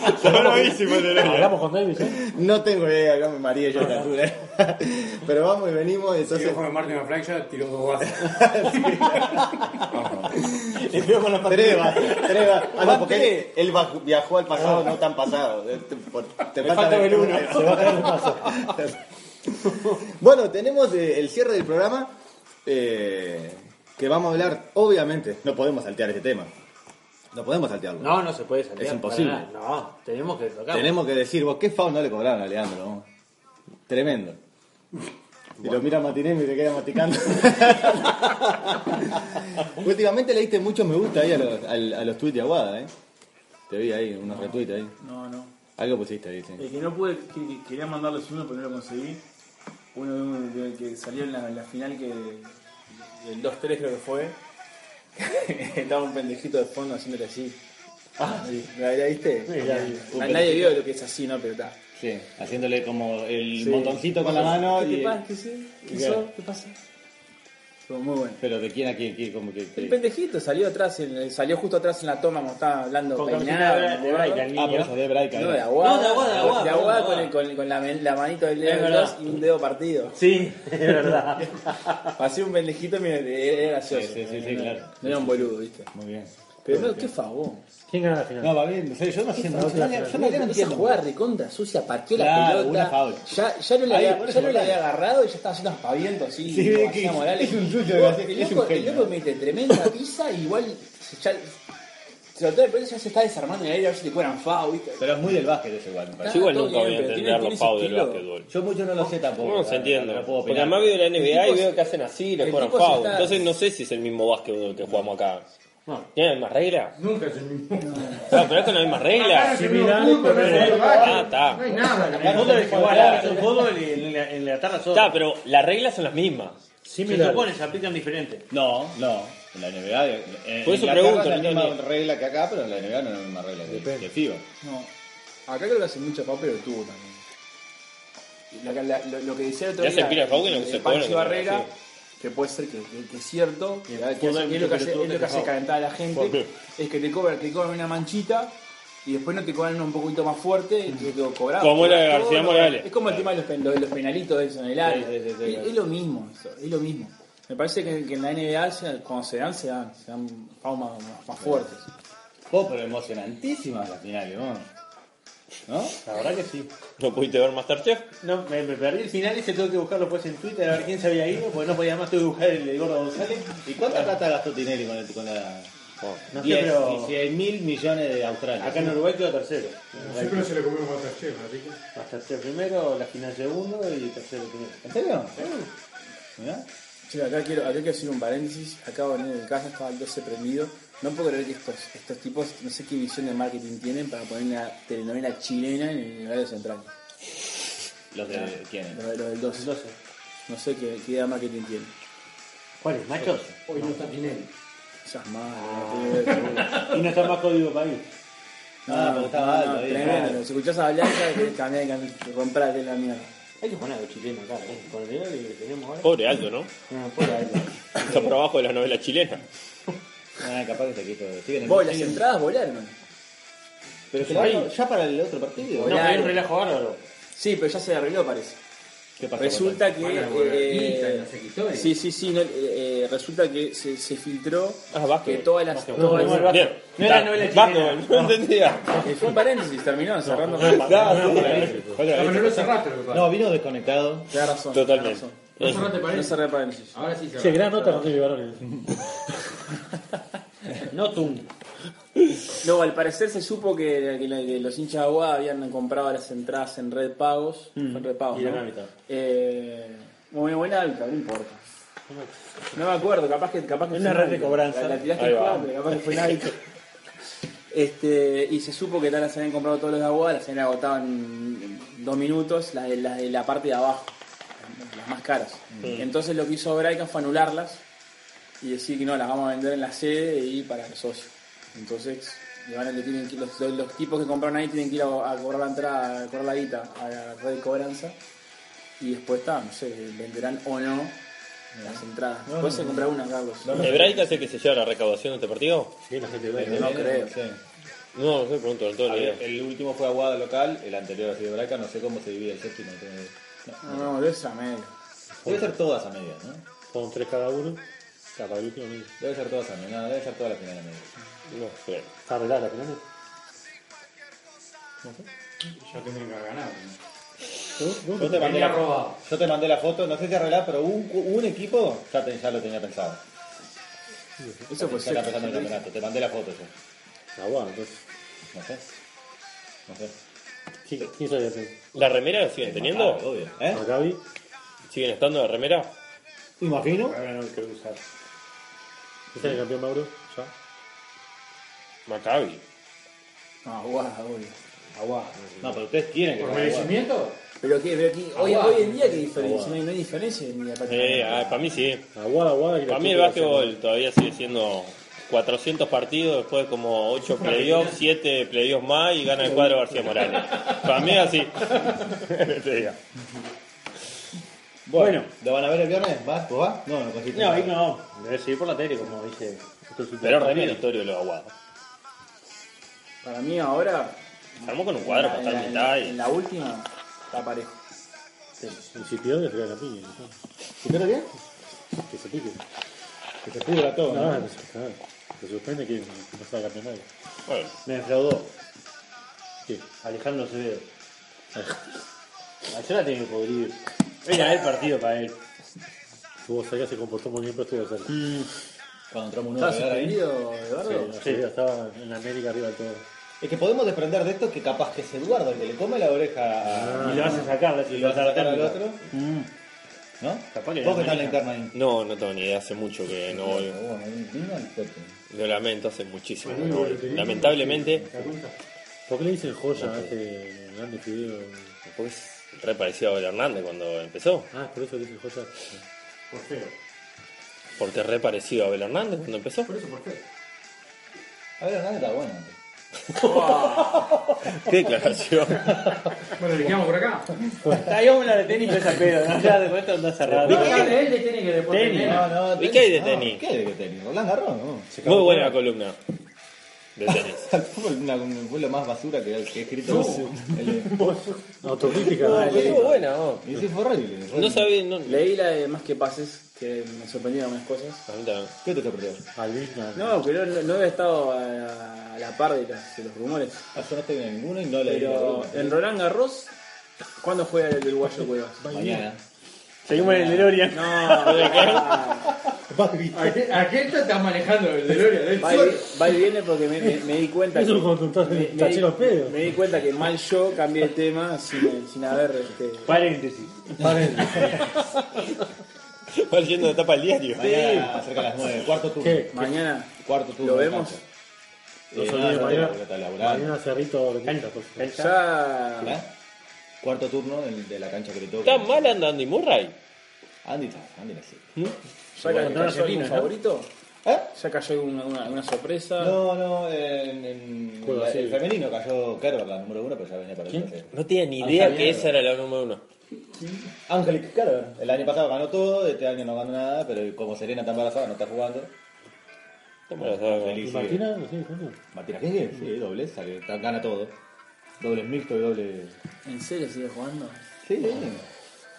Está bravísimo el DeLorean. Hablamos con Davis, ¿eh? No tengo idea, acá me mareé yo a esta altura. Pero vamos y venimos, entonces. Yo con Martin McFly ya tiró dos bases. Le pego con la Tres pantalla. va, tres va. Ah, no, porque él, él va- viajó al pasado, no tan pasado. Eh, te- por- Te falta ver uno. Se va a caer un paso. Bueno, tenemos eh, el cierre del programa. eh, que vamos a hablar, obviamente, no podemos saltear este tema. No podemos saltearlo. No, no se puede salir. Es imposible. para nada. No, tenemos que tocar. Tenemos que decir, vos, ¿qué faun no le cobraron a Leandro? Tremendo. Y lo mira Matinemi y se queda masticando. Últimamente le diste muchos me gusta ahí a los, al- a los tweets de Aguada, ¿eh? Te vi ahí, unos retweets ahí. No, no. Algo pusiste ahí, sí. El que no pude, que- que quería mandarles uno, pero no lo conseguí. Uno de uno de- que salió en la, en la final que del 2-3 creo que fue. Estaba un pendejito de fondo haciéndole así. Ah, ¿La, la viste? ya vi. Na- Nadie vio lo que es así, ¿no? Pero está. Sí, haciéndole como el Sí. montoncito con la mano. ¿Qué y- te pasa? ¿Qué, sí? ¿Qué ¿Qué? sos? ¿Qué pasa? Fue muy bueno. Pero de quién a quién, quién, como que... El pendejito salió atrás, en- salió justo atrás en la toma como estaba hablando Con camiseta peinado. de- de Braille, el Ah, por niño. eso, de Braica. No, de ¿no? aguada. No, de aguada, de aguada, De aguada de con, aguada. el- con- con la, men- la manito del Es dedo en verdad. dos y un dedo partido. Sí, es verdad. Pasé un pendejito y me- era gracioso. Sí, sí, sí, sí, claro. No era un boludo, viste. Muy bien. Pero no, qué favor. ¿Quién gana la final? No, va bien, no sé, yo no siento... Yo no yo no Esa entiendo. jugada recontra sucia, partió Claro, la pelota. una foul. Ya, ya no la Ahí, había, por ya eso no la Morales. había agarrado y ya estaba haciendo aspaviento así. Sí, como que hacía Morales. es un sucio, Vos, es- el es loco- un genio. El loco mete tremenda pizza y igual se- ya, se lo trae, pero ya se está desarmando en el aire a ver si le cueran foul, viste. Pero es muy del básquet eso igual, me parece. Ah, Yo igual todo nunca bien, voy a pero entender tiene- tiene los ese pavos del estilo. básquetbol. Yo mucho no lo sé tampoco. No se entiende. No puedo Porque opinar. además veo la NBA tipo y veo se- que hacen así, el le cobran tipo se foul. está- Entonces no sé si es el mismo básquetbol que jugamos acá. ¿Tienen las mismas reglas? Nunca es el mismo. Claro, pero es con las mismas reglas. Similares, No, no, pero- no, no, Ah, está. No hay nada. El fútbol es igual, acá son fútbol y en la, en la tarde son. Está, pero las reglas son las mismas. Se Similares. supone, se aplican diferente. No, no. En la NBA. eh, Por eso Inglaterra pregunto, Es la misma Antonio. regla que acá, pero en la NBA no es la misma regla que, que FIBA. No. Acá creo que hace mucho foul, pero tuvo también. Lo que, la- lo- lo que decía el otro Ya se día. pira el foul que no se eh, pone, Pancho que Barrera, sí. que puede ser que, que- que es cierto, que, que fútbol hace- es es lo que mucho hace, pelotudo es lo que que hace foul. calentar a la ¿Por gente, qué? es que te cobran, te cobran una manchita y después no te cobran una un poquito más fuerte y te lo cobrás. Como Cobrás la de todo, García lo- Morales. Es como el tema de los, pen- lo de los penalitos esos en el área. sí, sí, sí, es, claro. es lo mismo, eso, es lo mismo. Me parece que, que en la NBA se- cuando se dan, se dan, se dan foul más, más- más fuertes. Vos, pero emocionantísimas las finales, vos. ¿No? La verdad que sí. ¿No pudiste ver Masterchef? No, me, me perdí el final y se tuve que buscarlo pues en Twitter a ver quién se había ido, porque no podía más, tuve que buscar el, de Gordo González. ¿Y cuánta plata gastó Tinelli con, el- con la.? No sé, Diez- pero- 16 mil millones de australianos. Acá en Uruguay quedó tercero. Siempre se le comió Masterchef, así que. Hasta el primero, la final segundo y tercero primero. ¿En serio? Mirá. Che, acá quiero, acá quiero hacer un paréntesis. Acá en el casa estaba el 12 prendido. No puedo creer que estos, estos tipos, no sé qué visión de marketing tienen para poner una telenovela chilena en el horario central. ¿Los de quién? Lo, lo del 12. No sé qué, qué idea de marketing tienen. ¿Cuál es? ¿Machos? Ah. Hoy no está Tinelli. Esas madres. no te- Y no está más código país. Ah, porque estaba alto ahí, Tremendo. claro. Si escuchás a Blanca, que cambiar de canal, romper aquí la mierda. Hay que poner algo chileno acá, ¿eh? Con el dinero que tenemos ahora. Pobre Aldo, ¿no? No, por ahí. Está por abajo de la novela chilena. Ah, capaz que se quito. Siguen en- Vos, las siguen- entradas volaron. Pero se va ya para el otro partido. No, pero hay un relajo bárbaro. Sí, pero ya se arregló, parece. ¿Qué pasó? Resulta que. Ah, Bueno, bueno, eh, pinta, no se quitó, eh. sí, sí, sí. no, eh, eh, resulta que se, se filtró Ah, básquet. que todas las. No, todas- no, no, Bien. No era Está. novela chilena. Básquetbol, no entendía. eh, fue un paréntesis, terminó cerrando. Está, sí. eh, No, pero no lo cerraste, lo que pasa. No, vino desconectado. Tenés razón. Totalmente. tenés No razón. cerraste No paréntesis. cerré paréntesis. Ahora sí Che, cerraste. gran nota no te llevaron. No tú. No, al parecer se supo que, que la- que los hinchas de Aguada habían comprado las entradas en Red Pagos. Fue en Red Pagos, Mm. Y ¿no? la hábitat. Eh, muy buena hábitat, no importa. No me acuerdo, capaz que, capaz que Una fue red en de Hábitat. cobranza. La, la tiraste Ahí en va. Juan, pero capaz que fue en hábitat. Este, y se supo que tal las habían comprado todos los de Aguada, las habían agotado en dos minutos, las de, las de la parte de abajo, las más caras. Entonces lo que hizo Braica fue anularlas y decir que no, las vamos a vender en la sede y para los socios. Entonces Y ahora le tienen que- los, los tipos que compraron ahí tienen que ir a, a cobrar la entrada, a cobrar la guita a la red de cobranza. Y después está, no sé, venderán o no las entradas. Después se comprar una, Carlos. ¿Hebraica es el que se lleva la recaudación de este partido? Sí, la gente Pero ve. no no creo. sé. No, no sé, pregunto, no tengo ni idea. Había- El último fue Aguada local, el anterior ha sido Braca, no sé cómo se divide el séptimo. no tengo idea. No, no, debe ser a medio. Debe ser todas a medias, ¿no? Son tres cada uno. O sea, para el último mil. Debe ser todas a medias, no, debe ser toda la final a medias. No sé. Está arreglada eh, la final. Yo tendría que haber ganado. ¿no? ¿no? Yo te mandé Venía la robado. Yo te mandé la foto, no sé si arreglás, pero un, un equipo ya, te- ya lo tenía pensado. Eso fue ya está seco. empezando el campeonato, te mandé la foto yo. Ah, bueno, entonces. No sé. No sé. ¿Quién quién sabe hacer? ¿La remera la siguen Ah, teniendo? obvio. ¿Eh? ¿Maccabi? ¿Siguen estando la remera? Imagino. Ahora no lo quiero usar. ¿Este ¿Es el campeón Mauro? Ya. Maccabi. No, guau, obvio. Agua. No, pero ustedes quieren que ¿Por juegue Aguada. merecimiento? Pero que, pero que hoy, Aguada. hoy en día, ¿qué diferencia? No hay, no hay diferencia en la Eh, ah, para mí sí. Aguada, aguada. Para mí el básquetbol todavía sigue siendo 400 partidos, después como 8 playoffs, 7 playoffs más y gana el cuadro García Morales. Para mí así. Te digo. Bueno, ¿lo van a ver el viernes? ¿Vas? ¿Vos vas? No, no cogiste. No, ahí no. Debe seguir por la tele, como dije. Pero re meritorio lo de Aguada. Para mí ahora. Se armó con un cuadro para en la- estar en mitad la- en y... la última está parejo. Y si pierde, se cae la piña. ¿no? ¿Te pierdes bien? Que se pique. Que se pudra todo, ¿no? No, no, se- no. Se suspende que que no sea campeón Mauro. Bueno, Me defraudó. ¿Qué? Alejandro Acevedo. Ayer la tiene que podrir. Era el partido para él. Estuvo cerca, se comportó muy bien, pero estuvo cerca. Mm. Cuando entramos uno a ¿Estás pegar ahí. suspendido, Eduardo? Sí, estaba en América arriba de todo. Es que podemos desprender de esto que capaz que es Eduardo el que le come la oreja Ah. a- Y lo vas a sacar, y si lo lo vas hace a sacar al sacar. otro. ¿No? Capaz que Vos que era estás en la interna ahí. no, no tengo ni idea. Hace mucho que no voy. Bueno, vino al toque. Lo lamento, hace muchísimo que no voy. Lamentablemente, ¿Por qué le dicen joya a este grande fideo? porque es re parecido a Abel Hernández cuando empezó. Ah, es por eso le dicen joya. Por feo. Porque es re parecido a Abel Hernández cuando empezó. Por eso, por feo. A ver, Hernández está bueno. antes. Qué declaración. Bueno, le quedamos por acá. Ahí vamos a hablar de tenis, pero esa pedo. ¿no? Ya de vuelta andás cerrado. Vamos a hablar de él, de tenis, que después Tenis. tenés. No, no, ¿Y tenis, qué hay de no. tenis? ¿Qué hay de tenis? Roland Garros, no. Muy buena la columna de tenis. Al fútbol una- un- fue lo más basura que que he escrito. El- eh, Autocrítica. Ah, Estuvo buena, ¿no? Y sí, fue horrible. fue No horrible. sabía. No, Leí la de Más que Pases, que me sorprendieron algunas cosas. A mí también. ¿Qué te sorprendió? Albina. No, pero no, no había estado a la, a la par de, las- de los rumores. Ah, yo no estoy en ninguno y no leí Pero la- en Roland Garros, ¿cuándo juega el uruguayo Cuevas? Mañana. Seguimos en el DeLorean. No, va Aquel- Aquel está está manejando el DeLorean. ¿eh? y vi- va y viene porque me, me- me di cuenta Eso que, es cuando estás me, en me di, tachero pedo. me di cuenta que mal yo cambié el tema sin, sin haber este, Paréntesis. Va yendo de tapa el diario. Mañana, cerca de las 9. Cuarto turno. ¿Qué? mañana Cuarto turno. lo vemos No se olvide mañana. mañana. Mañana Cerrito Renita, por favor. ya Cuarto turno del- de la cancha que le toca. Está mal anda Andy Murray. ¿Mm? Andy está, Andy así. ya ca- cayó algún favorito ¿Eh? ya cayó alguna, alguna- alguna sorpresa No, no, en, en Juego la- así. el femenino cayó Kerber, la número uno, pero ya venía para el tercero. No tenía ni Ah, idea que esa era la número uno. Angelique Kerber, el año pasado ganó todo, este año no ganó nada, pero como Serena está embarazada, no está jugando. Está embarazada, Feliz, ¿Y sí. Martina? ¿No tiene coño? Martina Hingel, sí, doble, sale, ta- gana todo. Doble mixto y doble. en serio sigue jugando Sí,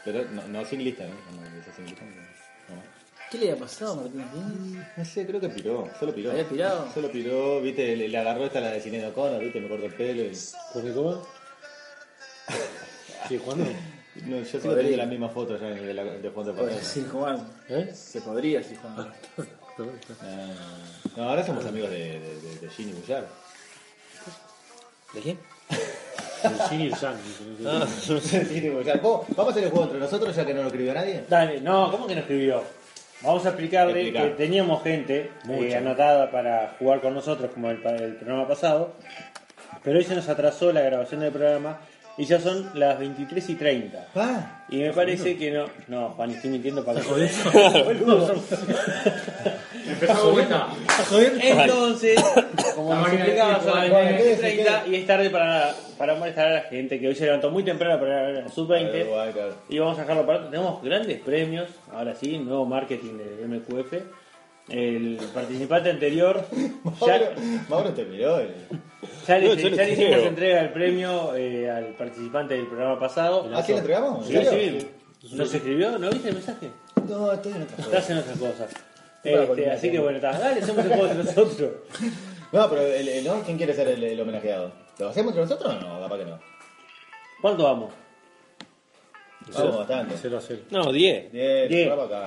Pero no, no singlista, ¿no? No, no, hizo singlista, no. No. ¿qué le había pasado a Martín Díaz? No sé, creo que piró, solo piró. ¿Había pirado? Solo piró, viste, le, le agarró esta la de Sinead O'Connor, viste, me cortó el pelo y. ¿Por qué coma? ¿Sigue jugando? No, yo sigo teniendo la misma foto ya de, la- de fondo podría de pantalla. seguir jugando ¿Eh? se podría seguir jugando Ah, No, No, ahora somos amigos de, de, de, de Ginny Bullard. ¿De quién? El Gini y el Yang. dice, ¿no? Ah, Ginny Bullard. Vos, Vamos a hacer el juego entre nosotros ya que no lo escribió nadie. Dale, no, ¿cómo que no escribió? Vamos a explicarle Explicá. que teníamos gente eh, anotada para jugar con nosotros, como el, pa- el programa pasado, pero hoy se nos atrasó la grabación del programa y ya son las 23 y 30. Ah, Y me parece que no. No, Juan, estoy mintiendo para que. Empezó de vuelta. Entonces, como La nos máquina del explicaba, tiempo, son las bueno, ¿qué 20:30 y es tarde para, para molestar a la gente que hoy se levantó muy temprano para ver a la Pero sub-20. igual, claro. Y vamos a dejarlo para otro. Tenemos grandes premios, ahora sí, nuevo marketing de MQF. El participante anterior ya, Mauro, Mauro te miró. eh. ya le, No, yo no ya le hicimos creo. entrega el premio eh, al participante del programa pasado. ¿Ah, sí le entregamos? Sí, ¿En serio? sí. ¿Nos escribió? ¿No viste el mensaje? No, estoy en otra cosa. Estás en otras cosas. Estoy para Este, columna así de que tiempo. bueno, está. dale, hacemos el juego de nosotros. No, pero el, el- ¿no? ¿quién quiere ser el, el homenajeado? ¿Lo hacemos entre nosotros o no? Capaz que no. ¿Cuánto vamos? Vamos bastante. 0 a 0. No, 10. Diez, Diez. vamos acá.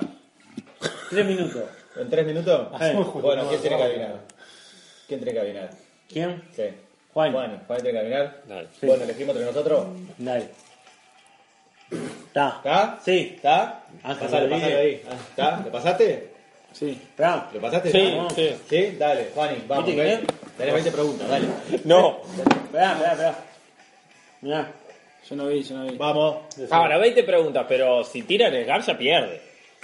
Tres minutos. ¿En tres minutos? Hacemos juego. Bueno, ¿quién tiene que adivinar? ¿Quién tiene que adivinar? ¿Quién? Sí. Juan. Juan, Juan tiene que adivinar. Dale. Bueno, elegimos entre nosotros. Dale. Está. ¿Está? Sí. ¿Está? Ángel Pasalo, Rodríguez. pasalo ahí. Ah, ¿Está? ¿Lo pasaste? Sí. Está. ¿Lo pasaste? Sí, ¿no? sí. ¿Sí? Dale, Juani, vamos. ¿Viste que ve. Tenés 20 preguntas, dale. No. Esperá, esperá, esperá. Mirá. Yo no vi, yo no vi. Vamos. Ahora, 20 preguntas, pero si tiran el Garza pierde.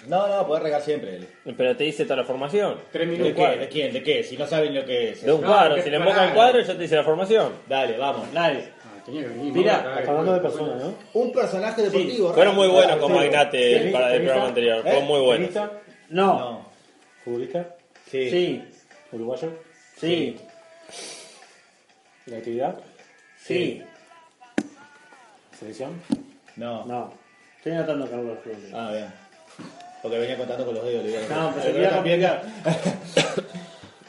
No, no, podés regar siempre. Pero te dice toda la formación. Tres ¿De minutos. qué? ¿De quién? ¿De qué? Si no saben lo que es. De un No, cuadro, que si le pará. invoca el cuadro, ya te dice la formación. Dale, vamos. Dale. Ah, tenía que venir. Mirá, Mauro, acá, Hablando de bueno, personas, ¿no? Un personaje deportivo. Fueron muy buenos Claro, con sí. Magnate Sí, para el ¿tenista? programa anterior. Fueron muy buenos. ¿Futbolista? No. No. ¿Futbolista? Sí. Sí. ¿Uruguayo? Sí. ¿De actividad? Sí. ¿Selección? No. No. Estoy notando que no lo respondo. Ah, bien. Porque venía contando con los dedos. le digo. No, pero Pero sería también-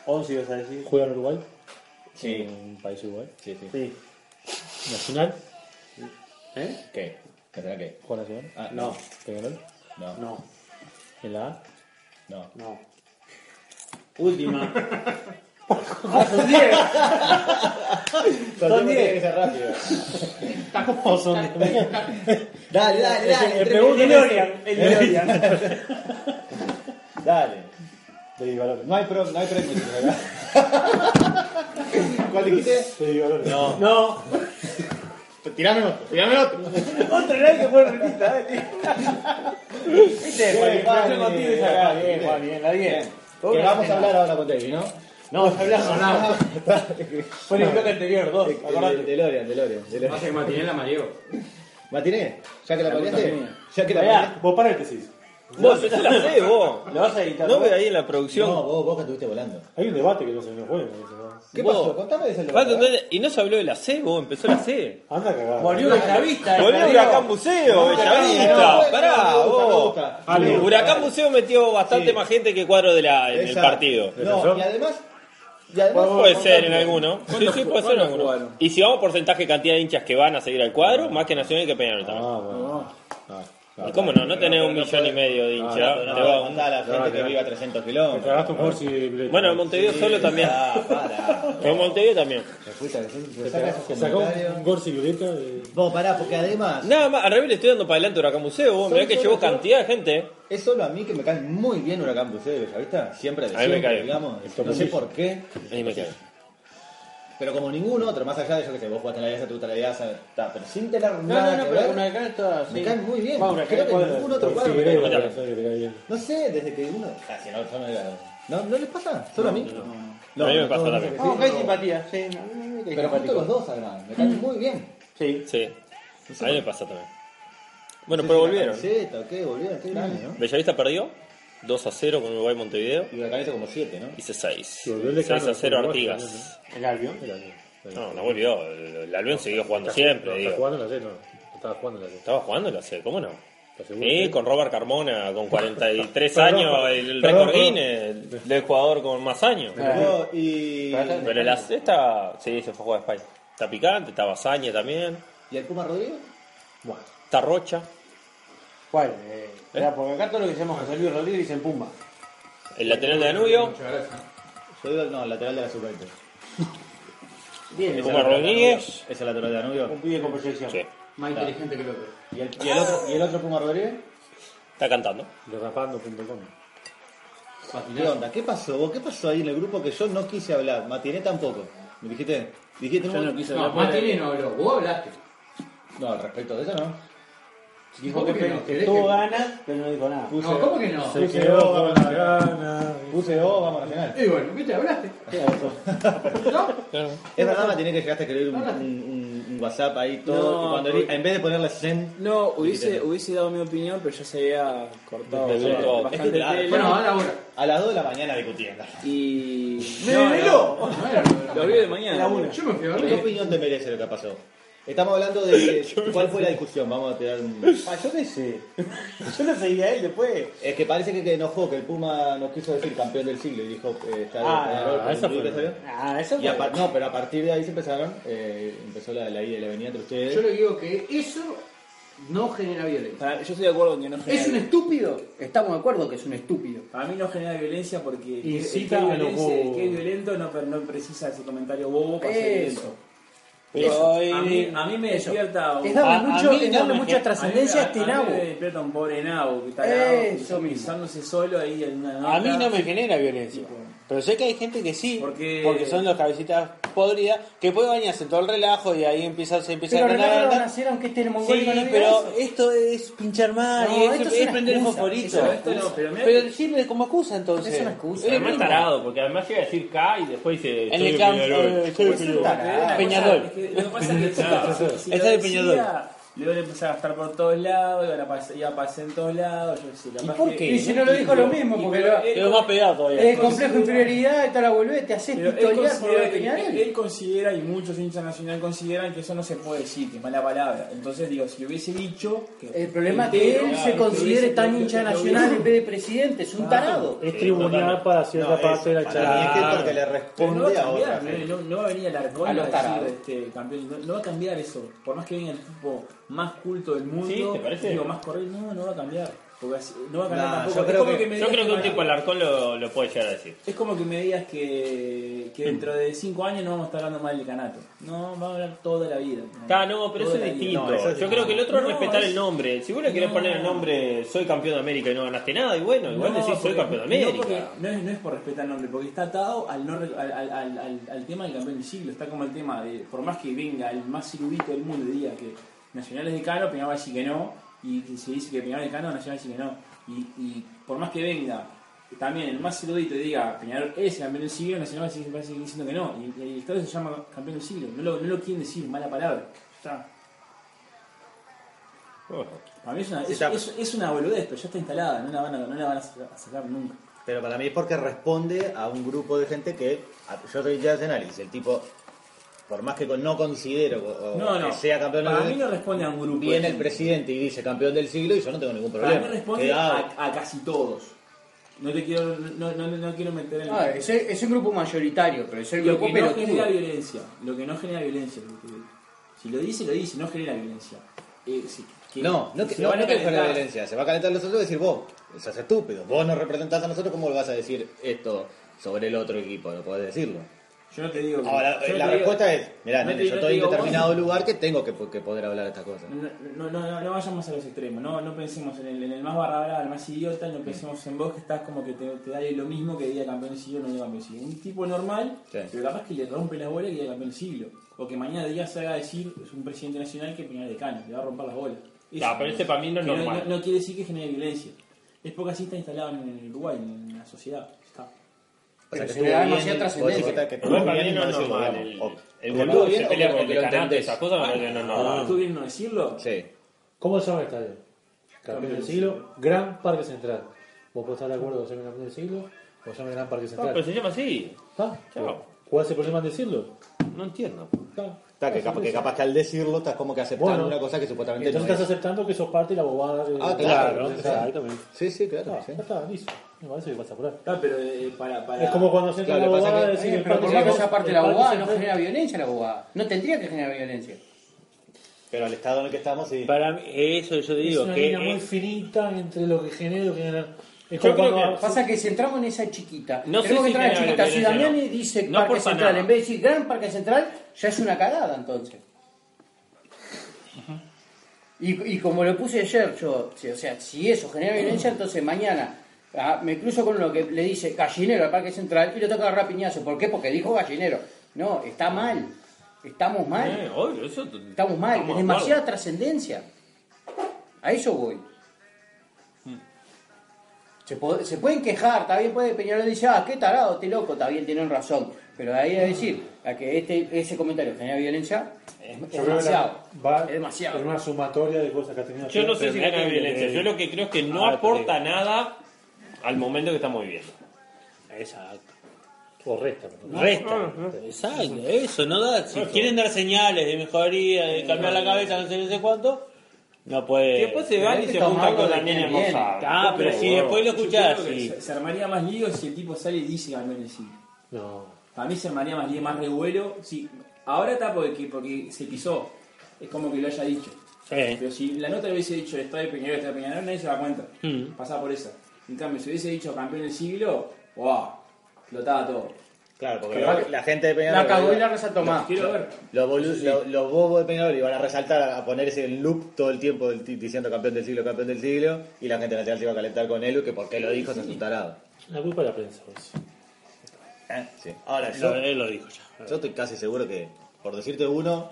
11 ibas a decir. ¿Juega en Uruguay? Sí. ¿En país Uruguay? Sí, sí. Sí. ¿Nacional? ¿Eh? ¿Qué? ¿Tendrá qué? ¿Juega Nacional? Ah, No. ¿Peñarol? No. No. No. ¿En la A? No. No. Última. Ah, son 10. Son diez. Tiene que ser rápido. ¿Cómo son? Dale, dale, dale. El entre- pregunta DeLorean. El DeLorean. Dale. de valores. No hay, pro, no hay premio, ¿verdad? ¿Cuál dijiste? De valores. No. No. Tirame otro, tirame otro. Otra vez que fue revista, dale. Viste, Bien, por Juan, el motivo bien, es acá. Juan, Bien, bien. Juan, bien, la 10. Que vamos a hablar ahora con Tevi, ¿no? No, ya hablamos. No. Fue en el bloque anterior, dos. De- Acordate. DeLorean, DeLorean, DeLorean. Pasa que Matiné la mareo. Matiné, ya que la paliaste, mía. ya que la Pará, paliaste. Vos paréntesis. Vos, esa la sé, vos. Lo vas a editar. No vos? ve ahí en la producción. No, vos, vos que estuviste volando. Hay un debate que no se nos juega. me parece, ¿no? ¿Qué Vos. pasó? Contame de ese ¿eh? Ah, debate. entonces, Y no se habló de la C, vos empezó la C. Anda a cagar. Volvió Bellavista. eh, Volvió Darío. Huracán Buceo, no, Bellavista. bueno, Pará, no, me gusta, me vos. gusta. Ah, no. Huracán Buceo metió bastante Sí. más gente que cuadro de la, en el Esa- partido. No, y además, y además Puede ser en alguno. Sí, sí, puede ser en cuántos alguno. jugaron? Y si vamos porcentaje cantidad de hinchas que van a seguir al cuadro, más que Nacional que Peñarol también. Ah, bueno. ¿Y cómo no? No tenés un millón y medio de hinchas. No, te va no, un- anda la gente que vive a 300 Te kilómetros. cagaste un por si. Bueno, en Montevideo solo también. Ah, pará. En Montevideo también. Escucha, que Te sacó un Gorsi Violeta. eh, Vos pará, porque además Nada más, al revés le estoy dando para adelante a Huracán Buceo. Vos mirá Son que solo llevó yo. cantidad de gente. eh. es solo a mí que me cae muy bien Huracán Buceo de Bellavista. Siempre, de A mí me siempre, cae. digamos. No sé por qué. Ahí me cae. Pero como ningún otro, más allá de yo que sé, vos jugaste en la IASA, tú te la IASA, ta, pero sin tener No, nada no, no, que pero ver, con Huracán está. me sí. caen muy bien. Vamos, Huracán Creo que cuadra- ningún otro por cuadro me Figueiredo, cae Mira. me parece que te cae bien. bien. No sé, desde que uno... Ah, si no, yo no era... ¿No, ¿No les pasa? ¿Solo a mí? A mí me pasa todos los que también. sí, Vamos, hay no. simpatía. Sí, no, no, no, que Pero justo simpático. los dos, además. Me caen muy bien. Sí. Sí. A mí me pasa también. Bueno, pero volvieron. Sí, ¿qué? Volvieron, qué grande, ¿no? Bellavista perdió 2 a 0 con Uruguay Montevideo. Y Huracán hizo como siete, ¿no? Hice 6. volvió el 6 decano, a 0 Uruguay Artigas. El Albion. No, no volvió. El el Albión siguió jugando siempre. No, digo. Está jugando en la C, no. Estaba jugando en la C. Estaba jugando en la C, ¿cómo no? ¿Estás seguro? Sí, con Robert Carmona, con 43 Perdón, años, el, el perdón, récord perdón. Guinness del jugador con más años. Jugó Y, Pero la C está. Sí, se fue a jugar a España. Está picante, está Basaña también. ¿Y el Puma Rodríguez? Bueno. Está Rocha. ¿Cuál? Eh, mirá, Porque acá todo lo que se llama José Luis Rodríguez dicen Pumba. El lateral de Danubio. Muchas gracias. Yo digo, no, el lateral de la sub Bien, Puma Rodríguez. ¿Es el lateral de Danubio? un pibe con proyección. Sí, Más inteligente que el otro. ¿Y el, y el otro, ¿Y el otro Puma Rodríguez? está cantando. Derrapando.com. ¿Qué onda? ¿Qué pasó? ¿Vos qué pasó ahí en el grupo que yo no quise hablar? Matiné tampoco. ¿Me dijiste? ¿Dijiste? Yo no quise No, hablar. por Matiné no habló. Vos hablaste. No, al respecto de eso no. Dijo ¿Cómo que, que no? que ¿Querés tuvo que- ganas, pero no dijo nada. No, ¿cómo que no? Se quedó con la gana. Puse O, vamos a Nacional. Y bueno, ¿viste? Hablaste. ¿No? Es verdad, la tiene que llegaste a escribir un, un- un- un WhatsApp ahí todo. No, y cuando porque- leí- en vez de ponerle send, No, hubiese, hubiese dado mi opinión, pero ya se había cortado Desde ya, luego. bastante Es que, ah, tela. Bueno, ahora, ahora. a las 2 de la mañana discutiendo. y... ¡Me no, no, veló! No era lo de la Lo vi de mañana. Era una. Yo me fui a ¿Qué dormir. opinión te merece lo que pasó? Estamos hablando de cuál fue la discusión. Vamos a tirar un. Ah, yo qué sé. Yo lo seguía a él después. Es que parece que, que enojó que el Puma nos quiso decir campeón del siglo y dijo. eh, está está- Ah, no, está- esa está- fue- está- Ah, eso Y fue. a par- no, pero a partir de ahí se empezaron. eh, empezó la, la ida y la venida entre ustedes. Yo le digo que eso no genera violencia. Para- yo estoy de acuerdo en que no ¿Es un genera... estúpido? Estamos de acuerdo que es un estúpido. Para mí no genera violencia porque Y el, cita que a es los violencia- el bobos. que es violento no, pero no precisa ese comentario bobo para ser Eso. violento. A mí, a mí me Eso. despierta... Es darle, a- A- a mucho, mí es no darle me- mucha a mí- trascendencia a, este mí nabo. me despierta un pobre nabo que está cagado, Eso mismo. pisándose solo ahí en una nota. A mí no me genera violencia. pues. Pero sé que hay gente que sí, Porque- porque son los cabecitas podridas, que puede bañarse en todo el relajo y ahí empieza, se empieza Pero a Renato calentar. no va a hacer aunque esté el Sí, mongólico. no diga pero eso. esto es pinchar mal No, y es, esto es es una prender el excusa. fosforito. Eso, esto no, pero mirá Pero que- sirve como excusa entonces. Es una excusa. Es lo Además mismo. tarado, porque además llega a decir K y después dice... En soy el de campo. Peñarol. eh, soy de Peñarol. Peñarol. ¿eh? Es que lo que pasa es que claro, si- si Esa lo de decía, Peñarol. Le iban a empezar a gastar por todos lados, iban a pas- iba a pasar en todos lados. Yo sí, capaz por que- qué? Y si no lo dijo lo mismo, porque pero lo- él- Quedó más pegado todavía. es complejo de inferioridad, está la volvés, te haces pero él, pistolear por lo considera de que- él- Peñarol. él considera, y muchos hinchas nacional consideran que eso no se puede decir, que es mala palabra. Entonces, digo, si lo hubiese dicho. El problema es que él se considere tan hincha nacional en vez de presidente, es un tarado. Es tribunal para cierta No, parte de la es- para mí es que es charla. porque le Pero no va a responde a otra. cambiar, no, no- no va a venir el argón A a los decir tarados. este, campeón. No, no va a cambiar eso. Por más que venga el tipo más culto del mundo, Sí, ¿te parece? digo, más correcto, no, no va a cambiar. Porque así- no va a cambiar Nah, tampoco. yo Es creo como que- me Yo digas creo que un no- tipo alarcón lo, lo puede llegar a decir. Es como que me digas que, que dentro de 5 años no vamos a estar hablando mal del canato. No, vamos a hablar toda la vida. Ah, no, pero eso Toda es la vida. distinto. No, eso es Yo creo que el otro es No, respetar es- el nombre. Si vos le querés No. poner el nombre Soy campeón de América y no ganaste nada, y bueno, igual No, decís Soy porque- campeón de No, América. porque no es, no es por respetar el nombre, porque está atado al, no re- al, al- al- al- al tema del campeón del siglo. Está como el tema de, por más que venga el más cirubito del mundo y diga que Nacional es de Cano, Peñarol va a decir que no. Y que si dice que Peñarol es de Cano, Nacional dice que no. Y, y por más que venga también el más cirudito y diga Peñarol es el campeón del siglo, Nacional va a seguir, va a seguir diciendo que no. Y, y el estadio se llama campeón del siglo. No lo, no lo quieren decir, mala palabra. Está. Bueno, Para mí es una, es, Sí, está. es- es una boludez, pero ya está instalada, no la van a, no la van a sacar- a sacar nunca. Pero para mí es porque responde a un grupo de gente que a- yo soy ya de análisis. El tipo, por más que con- no considero o- o No, no. que sea campeón Para del mí no responde a un grupo. viene el de gente. presidente y dice campeón del siglo y yo no tengo ningún Para problema. mí responde Que, a, ah, a casi todos. No te quiero, no, no, no- no quiero meter en Ah, es, el- es un grupo mayoritario, pero es el lo grupo que no pelotudo. genera violencia. Lo que no genera violencia. es lo que- Si lo dice, lo dice, no genera violencia. Eh, sí, que- no, no, que, se no, van a no que fuera calentar. violencia. Se va a calentar los otros y decir vos, sos estúpido. Vos nos representás a nosotros, ¿cómo le vas a decir esto sobre el otro equipo? No podés decirlo. Yo no te digo. que- Ahora, yo no la te digo- respuesta es, mirá, no nene, te- yo no te estoy en digo vos. determinado lugar que tengo que, que poder hablar de estas cosas. No, no, no, no vayamos a los extremos, no, no pensemos en el, en el más barra brava, el más idiota, Mm. no pensemos en vos que estás como que te, te da lo mismo que diga campeón del siglo no diga campeón del siglo. Un tipo normal, Sí. pero capaz que le rompe las bolas y diga campeón del siglo. O que mañana día se haga decir, es un presidente nacional que Peñarol de cana, le va a romper las bolas. Eso Ah, pero ese para mí no es Que normal. No, no quiere decir que genere violencia. Es porque así está instalado en el Uruguay, en la sociedad. Está. O Pero sea, que se estuvo le da bien, demasiada vos decís trascendencia. que está- que estuvo Igual para mí bien, no es no decís, normal. vamos, El, el o- o estuvo boludo que bien se o pelea que- con o que el lo canato, entendés. esas cosas para mí no es normal. ¿Tú bien no decirlo? Sí. ¿Cómo se llama el estadio? Campeón del siglo, Gran Parque Central. Vos podés estar de acuerdo que se llame Campeón del siglo o se llame Gran Parque No, pero Central. se llama así. ¿Está? Chao. ¿Cuál es el problema en decirlo? No entiendo. Está. Está, que, capaz, que capaz que al decirlo estás como que aceptando Bueno. una cosa que supuestamente Entonces no estás es. aceptando que sos parte de la bobada. de- Ah, claro, ¿no? sí, sí. Exactamente. Sí, sí, claro. Está, sí. Ah, ya está, listo. Me parece que pasa por ahí. Está, pero eh, para, para... Es como cuando se entra Claro, lo la que pasa bobada que- de decir que el Pero por Parque más que Central- sea parte de el la Parque abogada, no Central- genera violencia la abogada. No tendría que generar violencia. Pero al estado en el que estamos, sí. Para mí, eso yo te Es digo, una que línea muy finita entre lo que genera y lo que genera. Es Yo como creo cuando- Pasa que si entramos en esa chiquita, No sé tenemos que si entrar en la genera chiquita. Si violencia, Damiani no. dice No Parque por Central, nada. en vez de decir Gran Parque Central, ya es una cagada entonces. Y, y como lo puse ayer, yo, si- o sea, si eso genera violencia, entonces mañana ah, me cruzo con uno que le dice gallinero al Parque Central y lo toca agarrar a piñazo. ¿Por qué? Porque dijo gallinero. No, está mal. Estamos mal. Eh, obvio, eso... Estamos mal. Estamos de demasiada trascendencia. A eso voy. Se, po- se pueden quejar, está bien, puede Peñarol dice, ah, qué tarado, este loco, está bien, tienen razón. Pero de ahí a decir a que este, ese comentario genera violencia, es, es Yo creo que demasiado. la- va Es demasiado. en una sumatoria de cosas que ha tenido. Yo no siempre, sé si pero gana que- violencia. Yo lo que creo es que no Ah, aporta nada al momento que estamos viviendo. Exacto. O resta. perdón. Resta. Exacto, eso, no da. Si quieren dar señales de mejoría, de cambiar la cabeza, no sé, no sé cuánto, no puede. Después se van y se Estamos juntan con hablando la este de niña quién viene. hermosa. Ah, pero si después lo Yo escuchás, creo que sí. se, se armaría más lío si el tipo sale y dice al menos sí. No. Para mí se armaría más lío, más revuelo. Sí, ahora está porque, porque se pisó. Es como que lo haya dicho. Pero si la nota lo hubiese dicho está de Peñarol, está de Peñarol, nadie se da cuenta. Pasaba por esa. En cambio, si hubiese dicho campeón del siglo, wow, explotaba todo. Claro, porque Pero- la, la gente de Peñarol. La cagó y la resaltó más. Quiero ver. Los, bolu- los- los bobos de Peñarol iban a resaltar, a poner ese loop todo el tiempo del ti- diciendo campeón del siglo, campeón del siglo, y la gente nacional se iba a calentar con él, que por qué lo dijo, se es un tarado. La culpa de la prensa. pues. ¿Eh? Ahora, yo, Lo- él lo dijo ya. yo estoy casi seguro que, por decirte uno,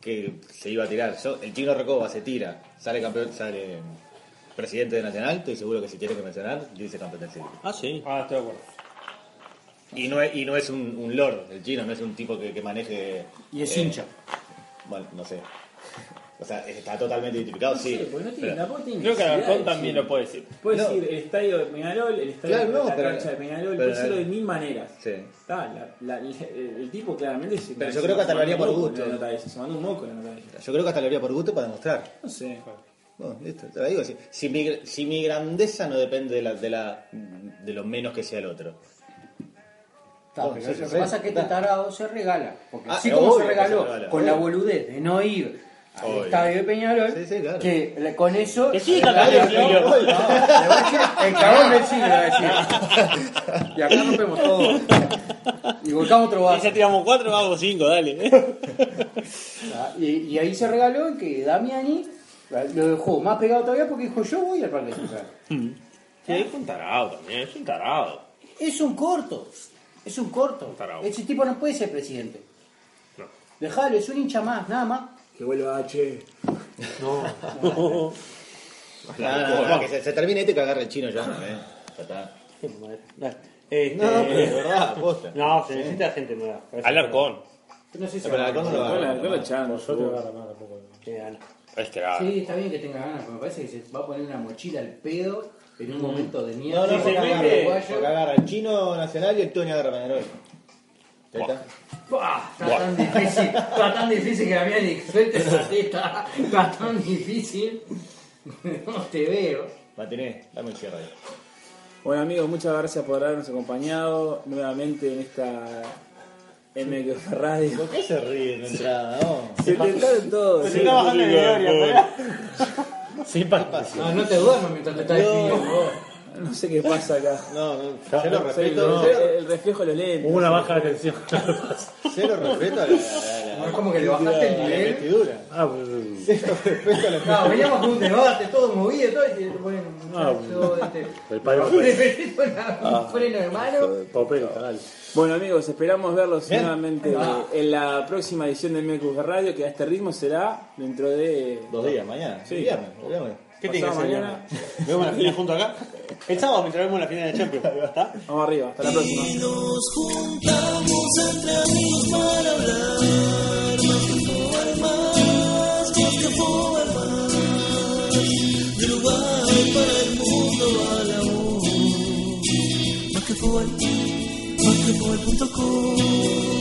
que se iba a tirar. Yo- el chino Recoba se tira, sale campeón, sale presidente de Nacional, estoy seguro que si tiene que mencionar, dice campeón del siglo. Ah, sí. Ah, estoy de acuerdo. Y no es, y no es un, un lord, el chino no es un tipo que, que maneje... Y es eh, hincha. Bueno, no sé. O sea, está totalmente identificado, sí. No sé, porque no tiene, pero- tampoco tiene Creo que necesidad Alarcón de también decir. lo puede decir. Puede No. decir eh, el estadio de Peñarol, el estadio Claro, de no, la pero- cancha de Peñarol, pero- puede decirlo de mil maneras. Sí. Está, la- la- la- el tipo claramente se Pero yo se creo que mandó atacaría un por moco gusto. la nota esa, Se mandó un moco la nota esa. Yo creo que hasta lo haría por gusto para demostrar. No sé. Bueno, listo, te lo digo. Si, si mi, si mi grandeza no depende de, la, de, la, de lo menos que sea el otro. Está, No, pero sí, lo sí, que pasa sí, es que este está. tarado se regala. Porque Ah, así es como obvio se que regaló se regala, con la obvio. boludez de no ir al Obvio. estadio de Peñarol, Sí, sí, claro. que le- con eso. Que sí, el campeón del siglo. No, le voy a decir, el cabrón del siglo, le voy a decir. Y acá rompemos todo. Y volcamos otro Y vaso. ya tiramos cuatro, vamos cinco, dale. Ah, Y, y ahí se regaló en que Damiani ah, lo dejó más pegado todavía porque dijo: Yo voy al Parque Central. Sí, es un tarado también, es un tarado. Es un corto. Es un corto. Tarado. Ese tipo no puede ser presidente. Dejalo, es un hincha más, nada más. Que vuelva H. No, no, no, que se, se termine este que agarre el chino ya, ¿no? ¿eh? Ya está. Este, No, pero de verdad, aposta. no, se necesita gente nueva. Alarcón. No sé si Pero la cosa Con no va a- la- con la chance, Yo te voy a vos. agarrar más tampoco. Es Este, que era- Sí, está bien que tenga ganas, pero me parece que se va a poner una mochila al pedo en un momento de mierda. No, no, Sí, Mm. porque se agarra, mete. porque agarra el chino nacional y el Tony agarra Peñarol. Ya está. Buah, Está tan difícil, está tan difícil que había ni suelte esa teta, está tan difícil. No te veo. Matiné, dame un cierre ahí. Bueno amigos, muchas gracias por habernos acompañado nuevamente en esta MQF Radio. ¿Por qué se ríe en la entrada? No, Se tentaron todos. sí. Sin paz. No, Ah, no te duermas mientras te estás despidiendo. vos. No sé qué pasa acá. no, no cero Soy el, respeto, cero, el reflejo de los lentes. Hubo una baja de tensión. cero respeto a la, a la- No, es como que le bajaste el a la nivel. vestidura. Ah, pues, Cero respeto a la No, veníamos con un debate todo movido, todo, y te ponen un Ah, muchacho, este, el padre le metes una- un freno de Ah. mano. Popero, canal. Bueno amigos, esperamos verlos nuevamente Ah. eh, en la próxima edición de MQF Radio, que a este ritmo será dentro de... Dos días, mañana. Sí. viernes, viernes. ¿Qué tiene que pasado hacer mañana. mañana? ¿Vemos la final junto acá? El sábado mientras vemos la final de Champions. ¿Está? Vamos arriba, hasta la próxima. Basketball.com